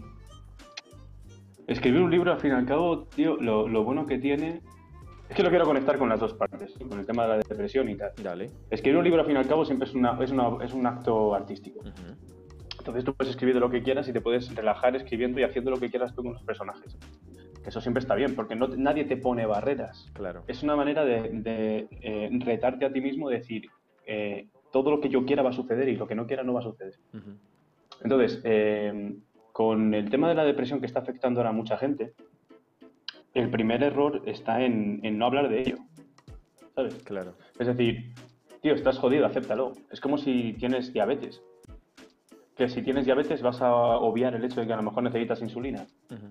S6: escribir un libro al fin y al cabo, tío, lo, lo bueno que tiene... Es que lo quiero conectar con las dos partes, con el tema de la depresión y tal.
S1: Dale.
S6: Escribir un libro al fin y al cabo siempre es, una- es, una- es un acto artístico.
S1: Ujú.
S6: Entonces tú puedes escribir de lo que quieras y te puedes relajar escribiendo y haciendo lo que quieras tú con los personajes. Que eso siempre está bien, porque no, te- nadie te pone barreras.
S1: Claro.
S6: Es una manera de, de, eh, retarte a ti mismo, decir, eh, todo lo que yo quiera va a suceder y lo que no quiera no va a suceder.
S1: Ujú.
S6: Entonces, eh, con el tema de la depresión que está afectando ahora a mucha gente, el primer error está en, en no hablar de ello. ¿Sabes?
S1: Claro.
S6: Es decir, tío, estás jodido, acéptalo. Es como si tienes diabetes. Que si tienes diabetes vas a obviar el hecho de que a lo mejor necesitas insulina.
S1: Ujú.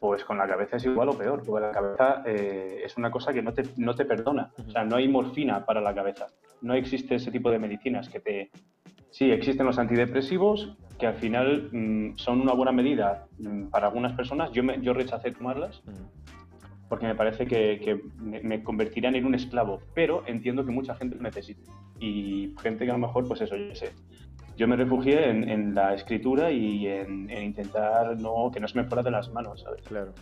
S6: Pues con la cabeza es igual o peor, porque la cabeza eh, es una cosa que no te, no te perdona. O sea, no hay morfina para la cabeza. No existe ese tipo de medicinas que te... Sí, existen los antidepresivos, que al final mm, son una buena medida mm, para algunas personas. Yo, me, yo rechacé tomarlas
S1: Ujú.
S6: porque me parece que, que me, me convertirían en un esclavo, pero entiendo que mucha gente lo necesita. Y gente que a lo mejor, pues eso, yo qué sé, yo me refugié en, en la escritura y en, en intentar no, que no se me fuera de las manos, ¿sabes?
S1: Claro.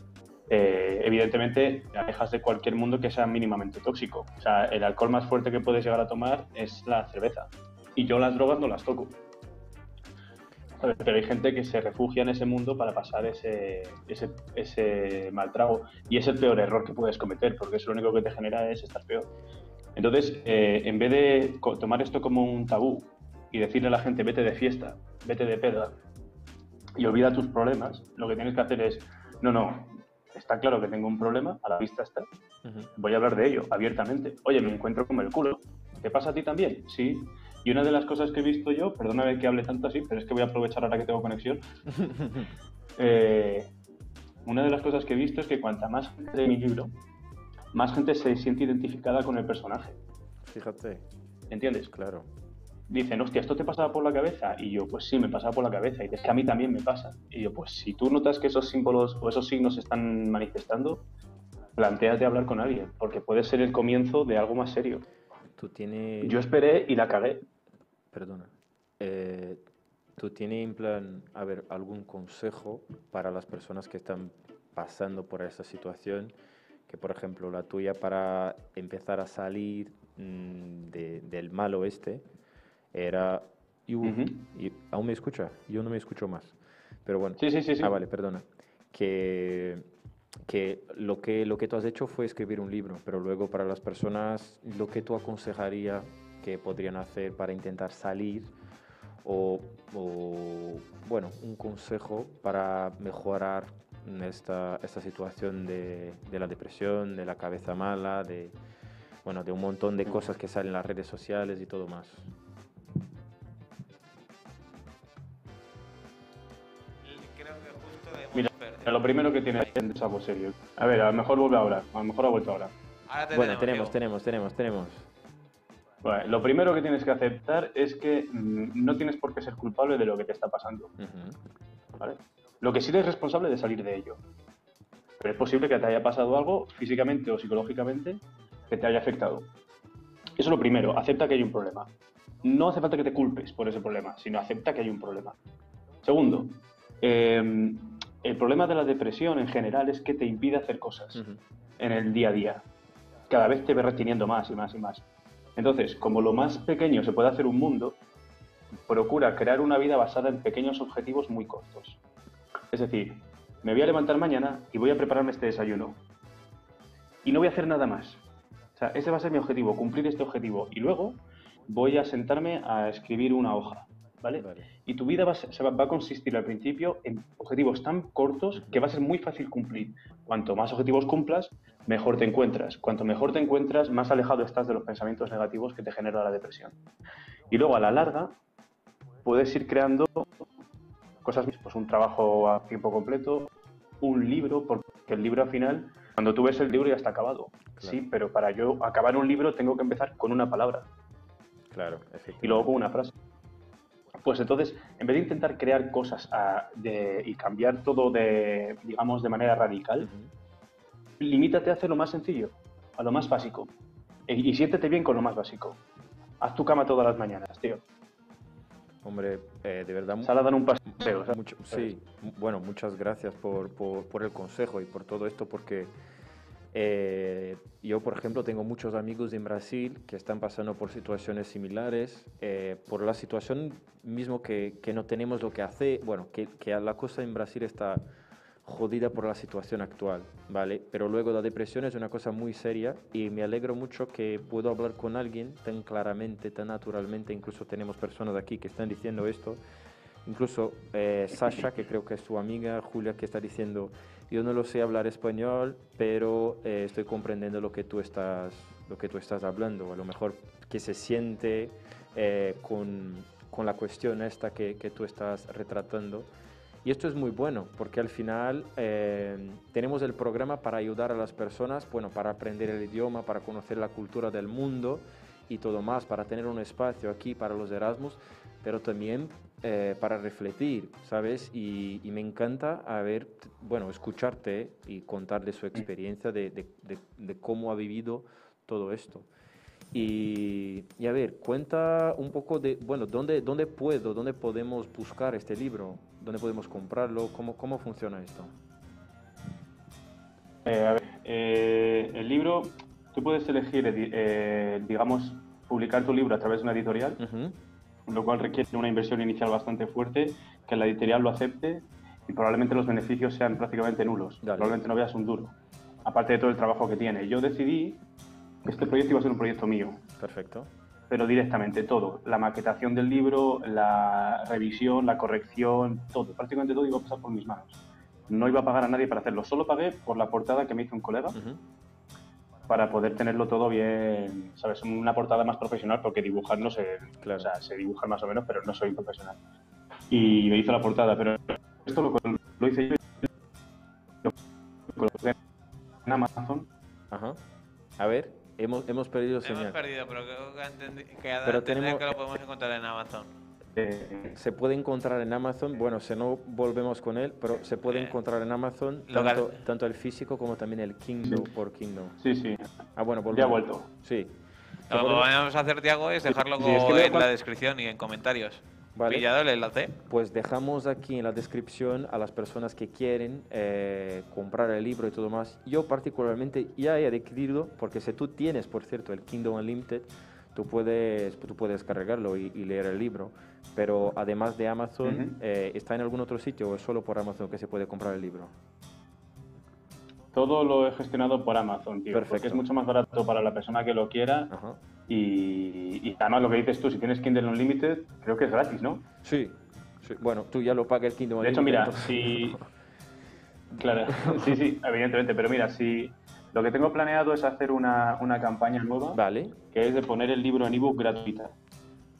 S6: eh, evidentemente te alejas de cualquier mundo que sea mínimamente tóxico. O sea, el alcohol más fuerte que puedes llegar a tomar es la cerveza. Y yo las drogas no las toco. ¿Sabes? Pero hay gente que se refugia en ese mundo para pasar ese, ese, ese mal trago. Y es el peor error que puedes cometer, porque eso lo único que te genera es estar peor. Entonces, eh, en vez de co- tomar esto como un tabú y decirle a la gente, vete de fiesta, vete de peda y olvida tus problemas, lo que tienes que hacer es, no, no, está claro que tengo un problema, a la vista está,
S1: Ujú.
S6: voy a hablar de ello abiertamente. Oye, me encuentro como el culo. ¿Te pasa a ti también? Sí. Y una de las cosas que he visto yo, perdóname que hable tanto así, pero es que voy a aprovechar ahora que tengo conexión. Eh, una de las cosas que he visto es que cuanta más gente de mi libro, más gente se siente identificada con el personaje.
S1: Fíjate,
S6: ¿Entiendes?
S1: claro.
S6: dicen, hostia, ¿esto te pasaba por la cabeza? Y yo, pues sí, me pasaba por la cabeza. Y dice, es que a mí también me pasa. Y yo, pues si tú notas que esos símbolos o esos signos se están manifestando, planteate hablar con alguien, porque puede ser el comienzo de algo más serio.
S1: Tú tienes.
S6: Yo esperé y la cagué.
S1: Perdona. Eh, ¿Tú tienes en plan, a ver, algún consejo para las personas que están pasando por esa situación? Que, por ejemplo, la tuya para empezar a salir mm, de- del mal oeste era... y u-
S6: Ujú.
S1: y- ¿Aún me escucha? Yo no me escucho más. Pero bueno.
S6: Sí, sí, sí, sí.
S1: Ah, vale, perdona. Que, que, lo que lo que tú has hecho fue escribir un libro, pero luego para las personas, lo que tú aconsejaría que podrían hacer para intentar salir o, o, bueno, un consejo para mejorar esta, esta situación de, de la depresión, de la cabeza mala, de, bueno, de un montón
S6: Mm.
S1: de cosas que salen en las redes sociales y todo más.
S3: Creo que justo le hemos
S6: Mira,
S3: perdido.
S6: Lo primero que tiene es algo serio. A ver, a lo mejor vuelve ahora. A lo mejor ha vuelto ahora.
S3: Ahora te
S1: Bueno, tenemos,
S3: Diego.
S1: tenemos, tenemos, tenemos.
S6: Bueno, lo primero que tienes que aceptar es que mm, no tienes por qué ser culpable de lo que te está pasando.
S1: Ujú,
S6: ¿vale? Lo que sí eres responsable de salir de ello. Pero es posible que te haya pasado algo físicamente o psicológicamente que te haya afectado. Eso es lo primero, acepta que hay un problema. No hace falta que te culpes por ese problema, sino acepta que hay un problema. Segundo, eh, el problema de la depresión en general es que te impide hacer cosas
S1: ujú.
S6: en el día a día. Cada vez te ves reteniendo más y más y más. Entonces, como lo más pequeño se puede hacer un mundo, procura crear una vida basada en pequeños objetivos muy cortos. Es decir, me voy a levantar mañana y voy a prepararme este desayuno. Y no voy a hacer nada más. O sea, ese va a ser mi objetivo, cumplir este objetivo. Y luego voy a sentarme a escribir una hoja, ¿vale?
S1: Vale.
S6: Y tu vida va a, ser- se va, va a consistir al principio en objetivos tan cortos que va a ser muy fácil cumplir. Cuanto más objetivos cumplas, mejor te encuentras. Cuanto mejor te encuentras, más alejado estás de los pensamientos negativos que te genera la depresión. Y luego a la larga, puedes ir creando cosas, pues un trabajo a tiempo completo, un libro, porque el libro al final, cuando tú ves el libro ya está acabado. Sí, pero para yo acabar un libro tengo que empezar con una palabra
S1: Claro, efectivamente.
S6: y luego con una frase. Pues entonces, en vez de intentar crear cosas ah, de- y cambiar todo de, digamos, de manera radical,
S1: Ujú.
S6: limítate a hacer lo más sencillo, a lo más básico. E- y siéntete bien con lo más básico. Haz tu cama todas las mañanas, tío.
S1: Hombre, eh, de verdad, mu-
S6: Sal a dar un paseo. ¿sabes?
S1: mucho- sí, mu- bueno, muchas gracias por, por- por el consejo y por todo esto, porque eh, yo, por ejemplo, tengo muchos amigos en Brasil que están pasando por situaciones similares, eh, por la situación mismo que, que no tenemos lo que hacer, bueno, que, que la cosa en Brasil está jodida por la situación actual, ¿vale? Pero luego la depresión es una cosa muy seria y me alegro mucho que puedo hablar con alguien tan claramente, tan naturalmente, incluso tenemos personas aquí que están diciendo esto, incluso eh, Sasha, que creo que es su amiga, Julia, que está diciendo, yo no lo sé hablar español, pero eh, estoy comprendiendo lo que tú estás, lo que tú estás hablando, a lo mejor que se siente eh, con, con la cuestión esta que, que tú estás retratando. Y esto es muy bueno, porque al final eh, tenemos el programa para ayudar a las personas, bueno, para aprender el idioma, para conocer la cultura del mundo y todo más, para tener un espacio aquí para los Erasmus, pero también eh, para refletir, ¿sabes? Y, y me encanta haber, t- bueno, escucharte y contar de su experiencia, de, de- de- de cómo ha vivido todo esto. Y, y a ver, cuenta un poco de, bueno, ¿dónde, dónde puedo, dónde podemos buscar este libro? ¿Dónde podemos comprarlo? ¿Cómo, cómo funciona esto?
S6: Eh, a ver, eh, el libro, tú puedes elegir, edi- eh, digamos, publicar tu libro a través de una editorial,
S1: Ujú.
S6: lo cual requiere una inversión inicial bastante fuerte, que la editorial lo acepte y probablemente los beneficios sean prácticamente nulos.
S1: Dale.
S6: Probablemente no veas un duro, aparte de todo el trabajo que tiene. Yo decidí que este proyecto iba a ser un proyecto mío,
S1: Perfecto.
S6: pero directamente todo. La maquetación del libro, la revisión, la corrección, todo. Prácticamente todo iba a pasar por mis manos. No iba a pagar a nadie para hacerlo, solo pagué por la portada que me hizo un colega
S1: Ujú.
S6: para poder tenerlo todo bien, ¿sabes? Una portada más profesional, porque dibujar no sé,
S1: Claro.
S6: o sea, sé dibujar más o menos, pero no soy profesional. Y me hizo la portada, pero esto lo, lo hice yo. Lo coloqué en Amazon.
S1: Ajá. A ver, hemos, hemos perdido
S3: Hemos
S1: señal.
S3: perdido, pero creo que, entendí- que ahora
S1: Pero
S3: entenderé
S1: tenemos-
S3: que lo podemos encontrar en Amazon.
S6: eh,
S1: Se puede encontrar en Amazon, bueno, si no volvemos con él, pero se puede
S3: Eh,
S1: encontrar en Amazon
S3: lo que-
S1: tanto, tanto el físico como también el Kindle por Kindle.
S6: sí, sí,
S1: Ah, bueno, volvemos.
S6: ya ha vuelto.
S1: Sí. Se
S3: Lo que
S1: puede-
S3: vamos a hacer, Tiago, es dejarlo
S6: Sí, es que
S3: como
S6: veo
S3: en la
S6: cuál-
S3: descripción y en comentarios.
S1: Vale.
S3: Pillado el enlace.
S1: Pues dejamos aquí en la descripción a las personas que quieren eh, comprar el libro y todo más. Yo particularmente ya he adquirido, porque si tú tienes, por cierto, el Kingdom Unlimited, tú puedes, tú puedes cargarlo y, y leer el libro. Pero además de Amazon,
S6: Ujú.
S1: eh, ¿está en algún otro sitio o es solo por Amazon que se puede comprar el libro?
S6: Todo lo he gestionado por Amazon, tío,
S1: Perfecto. Ah.
S6: porque es mucho más barato para la persona que lo quiera
S1: Ajá.
S6: y, y además lo que dices tú, si tienes Kindle Unlimited, creo que es gratis, ¿no?
S1: Sí, sí. Bueno, tú ya lo pagas el Kingdom
S6: De hecho,
S1: Unlimited,
S6: mira,
S1: entonces-
S6: si. Claro, sí, sí, evidentemente, pero mira, si. Lo que tengo planeado es hacer una, una campaña nueva,
S1: Vale,
S6: que es de poner el libro en ebook gratuita. ¿vale?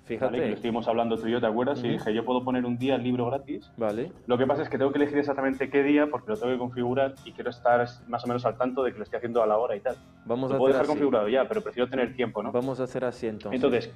S6: Que lo
S1: fíjate.
S6: estuvimos hablando tú y yo, ¿te acuerdas? Y
S1: Ujú.
S6: dije, yo puedo poner un día el libro gratis.
S1: Vale,
S6: Lo que pasa es que tengo que elegir exactamente qué día, porque lo tengo que configurar y quiero estar más o menos al tanto de que lo estoy haciendo a la hora y tal.
S1: vamos a
S6: Lo puedo
S1: hacer
S6: dejar
S1: así.
S6: configurado ya, pero prefiero tener tiempo, ¿no?
S1: Vamos a hacer así entonces.
S6: Entonces,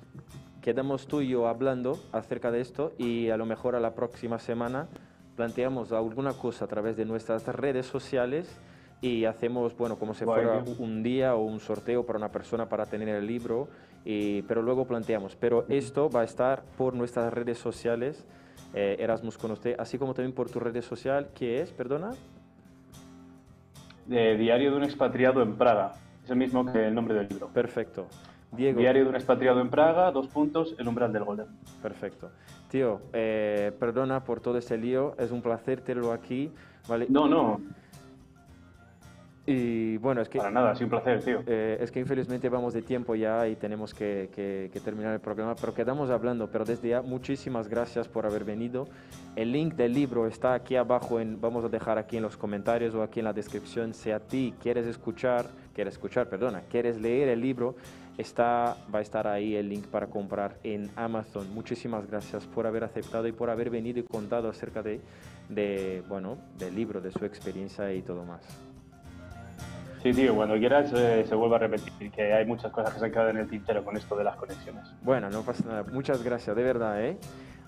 S1: quedamos tú y yo hablando acerca de esto y a lo mejor a la próxima semana planteamos alguna cosa a través de nuestras redes sociales y hacemos, bueno, como si
S6: Guay,
S1: fuera
S6: tío.
S1: un día o un sorteo para una persona para tener el libro, y- pero luego planteamos. Pero esto va a estar por nuestras redes sociales, eh, Erasmus con usted, así como también por tu red social, que es, perdona,
S6: eh, Diario de un expatriado en Praga. Es el mismo que el nombre del libro.
S1: perfecto. Diego.
S6: Diario de un expatriado en Praga, dos puntos, el umbral del golden.
S1: Perfecto. Tío, eh, perdona por todo este lío, es un placer tenerlo aquí, ¿vale?
S6: No, no,
S1: Y bueno, es que,
S6: para nada, sin placer, tío.
S1: eh, es que infelizmente vamos de tiempo ya y tenemos que, que- que terminar el programa, pero quedamos hablando. Pero desde ya, muchísimas gracias por haber venido. El link del libro está aquí abajo, en, vamos a dejar aquí en los comentarios o aquí en la descripción. Si a ti quieres escuchar, quieres escuchar, perdona, quieres leer el libro, está, va a estar ahí el link para comprar en Amazon. Muchísimas gracias por haber aceptado y por haber venido y contado acerca de, de bueno, del libro, de su experiencia y todo más.
S6: Sí, tío, cuando quieras eh, se vuelve a repetir, que hay muchas cosas que se han quedado en el tintero con esto de las conexiones.
S1: Bueno, no pasa nada. Muchas gracias, de verdad, ¿eh?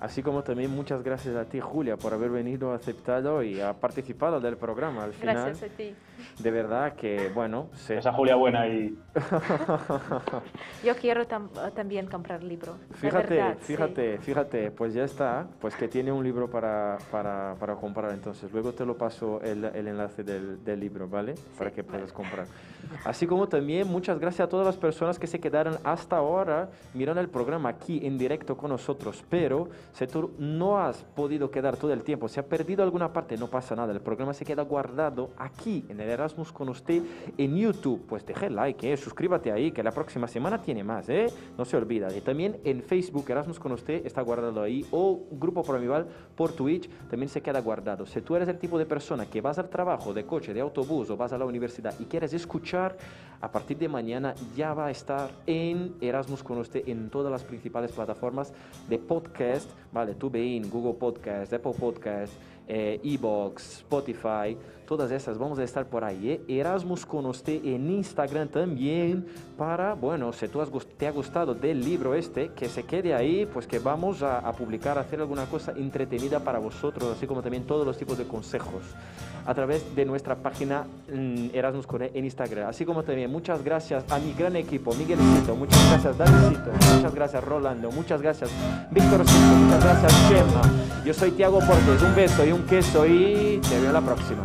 S1: Así como también muchas gracias a ti, Julia, por haber venido, aceptado y ha participado del programa al final.
S2: Gracias a ti.
S1: De verdad que, bueno, se...
S6: Esa Julia buena y...
S2: Yo quiero tam- también comprar libro. de
S1: Fíjate,
S2: verdad, sí.
S1: fíjate, fíjate, pues ya está, pues que tiene un libro para, para, para comprar, entonces luego te lo paso el, el enlace del, del libro, ¿vale? para que puedas comprar. Así como también muchas gracias a todas las personas que se quedaron hasta ahora mirando el programa aquí en directo con nosotros, pero si tú no has podido quedar todo el tiempo, si has perdido alguna parte, no pasa nada, el programa se queda guardado aquí en el Erasmus con usted en YouTube, pues deje like, eh, suscríbate ahí, que la próxima semana tiene más, ¿eh? no se olvida. Y también en Facebook, Erasmus con usted está guardado ahí, o Grupo Promival por Twitch también se queda guardado. Si tú eres el tipo de persona que vas al trabajo de coche, de autobús o vas a la universidad y quieres escuchar, a partir de mañana ya va a estar en Erasmus con usted en todas las principales plataformas de podcast, ¿vale? TubeIn, Google Podcast, Apple Podcast, eh, Ebox, Spotify, todas esas. Vamos a estar por por ahí, ¿eh? Erasmus con usted en Instagram también, para, bueno, si tú has, gus- te ha gustado del libro este, que se quede ahí, pues que vamos a, a publicar, a hacer alguna cosa entretenida para vosotros, así como también todos los tipos de consejos a través de nuestra página mm, Erasmus con E en Instagram. Así como también muchas gracias a mi gran equipo, Miguelcito, muchas gracias Davidcito, muchas gracias Rolando, muchas gracias Víctorcito, muchas gracias Chema. Yo soy Tiago Portes, un beso y un queso y te veo la próxima.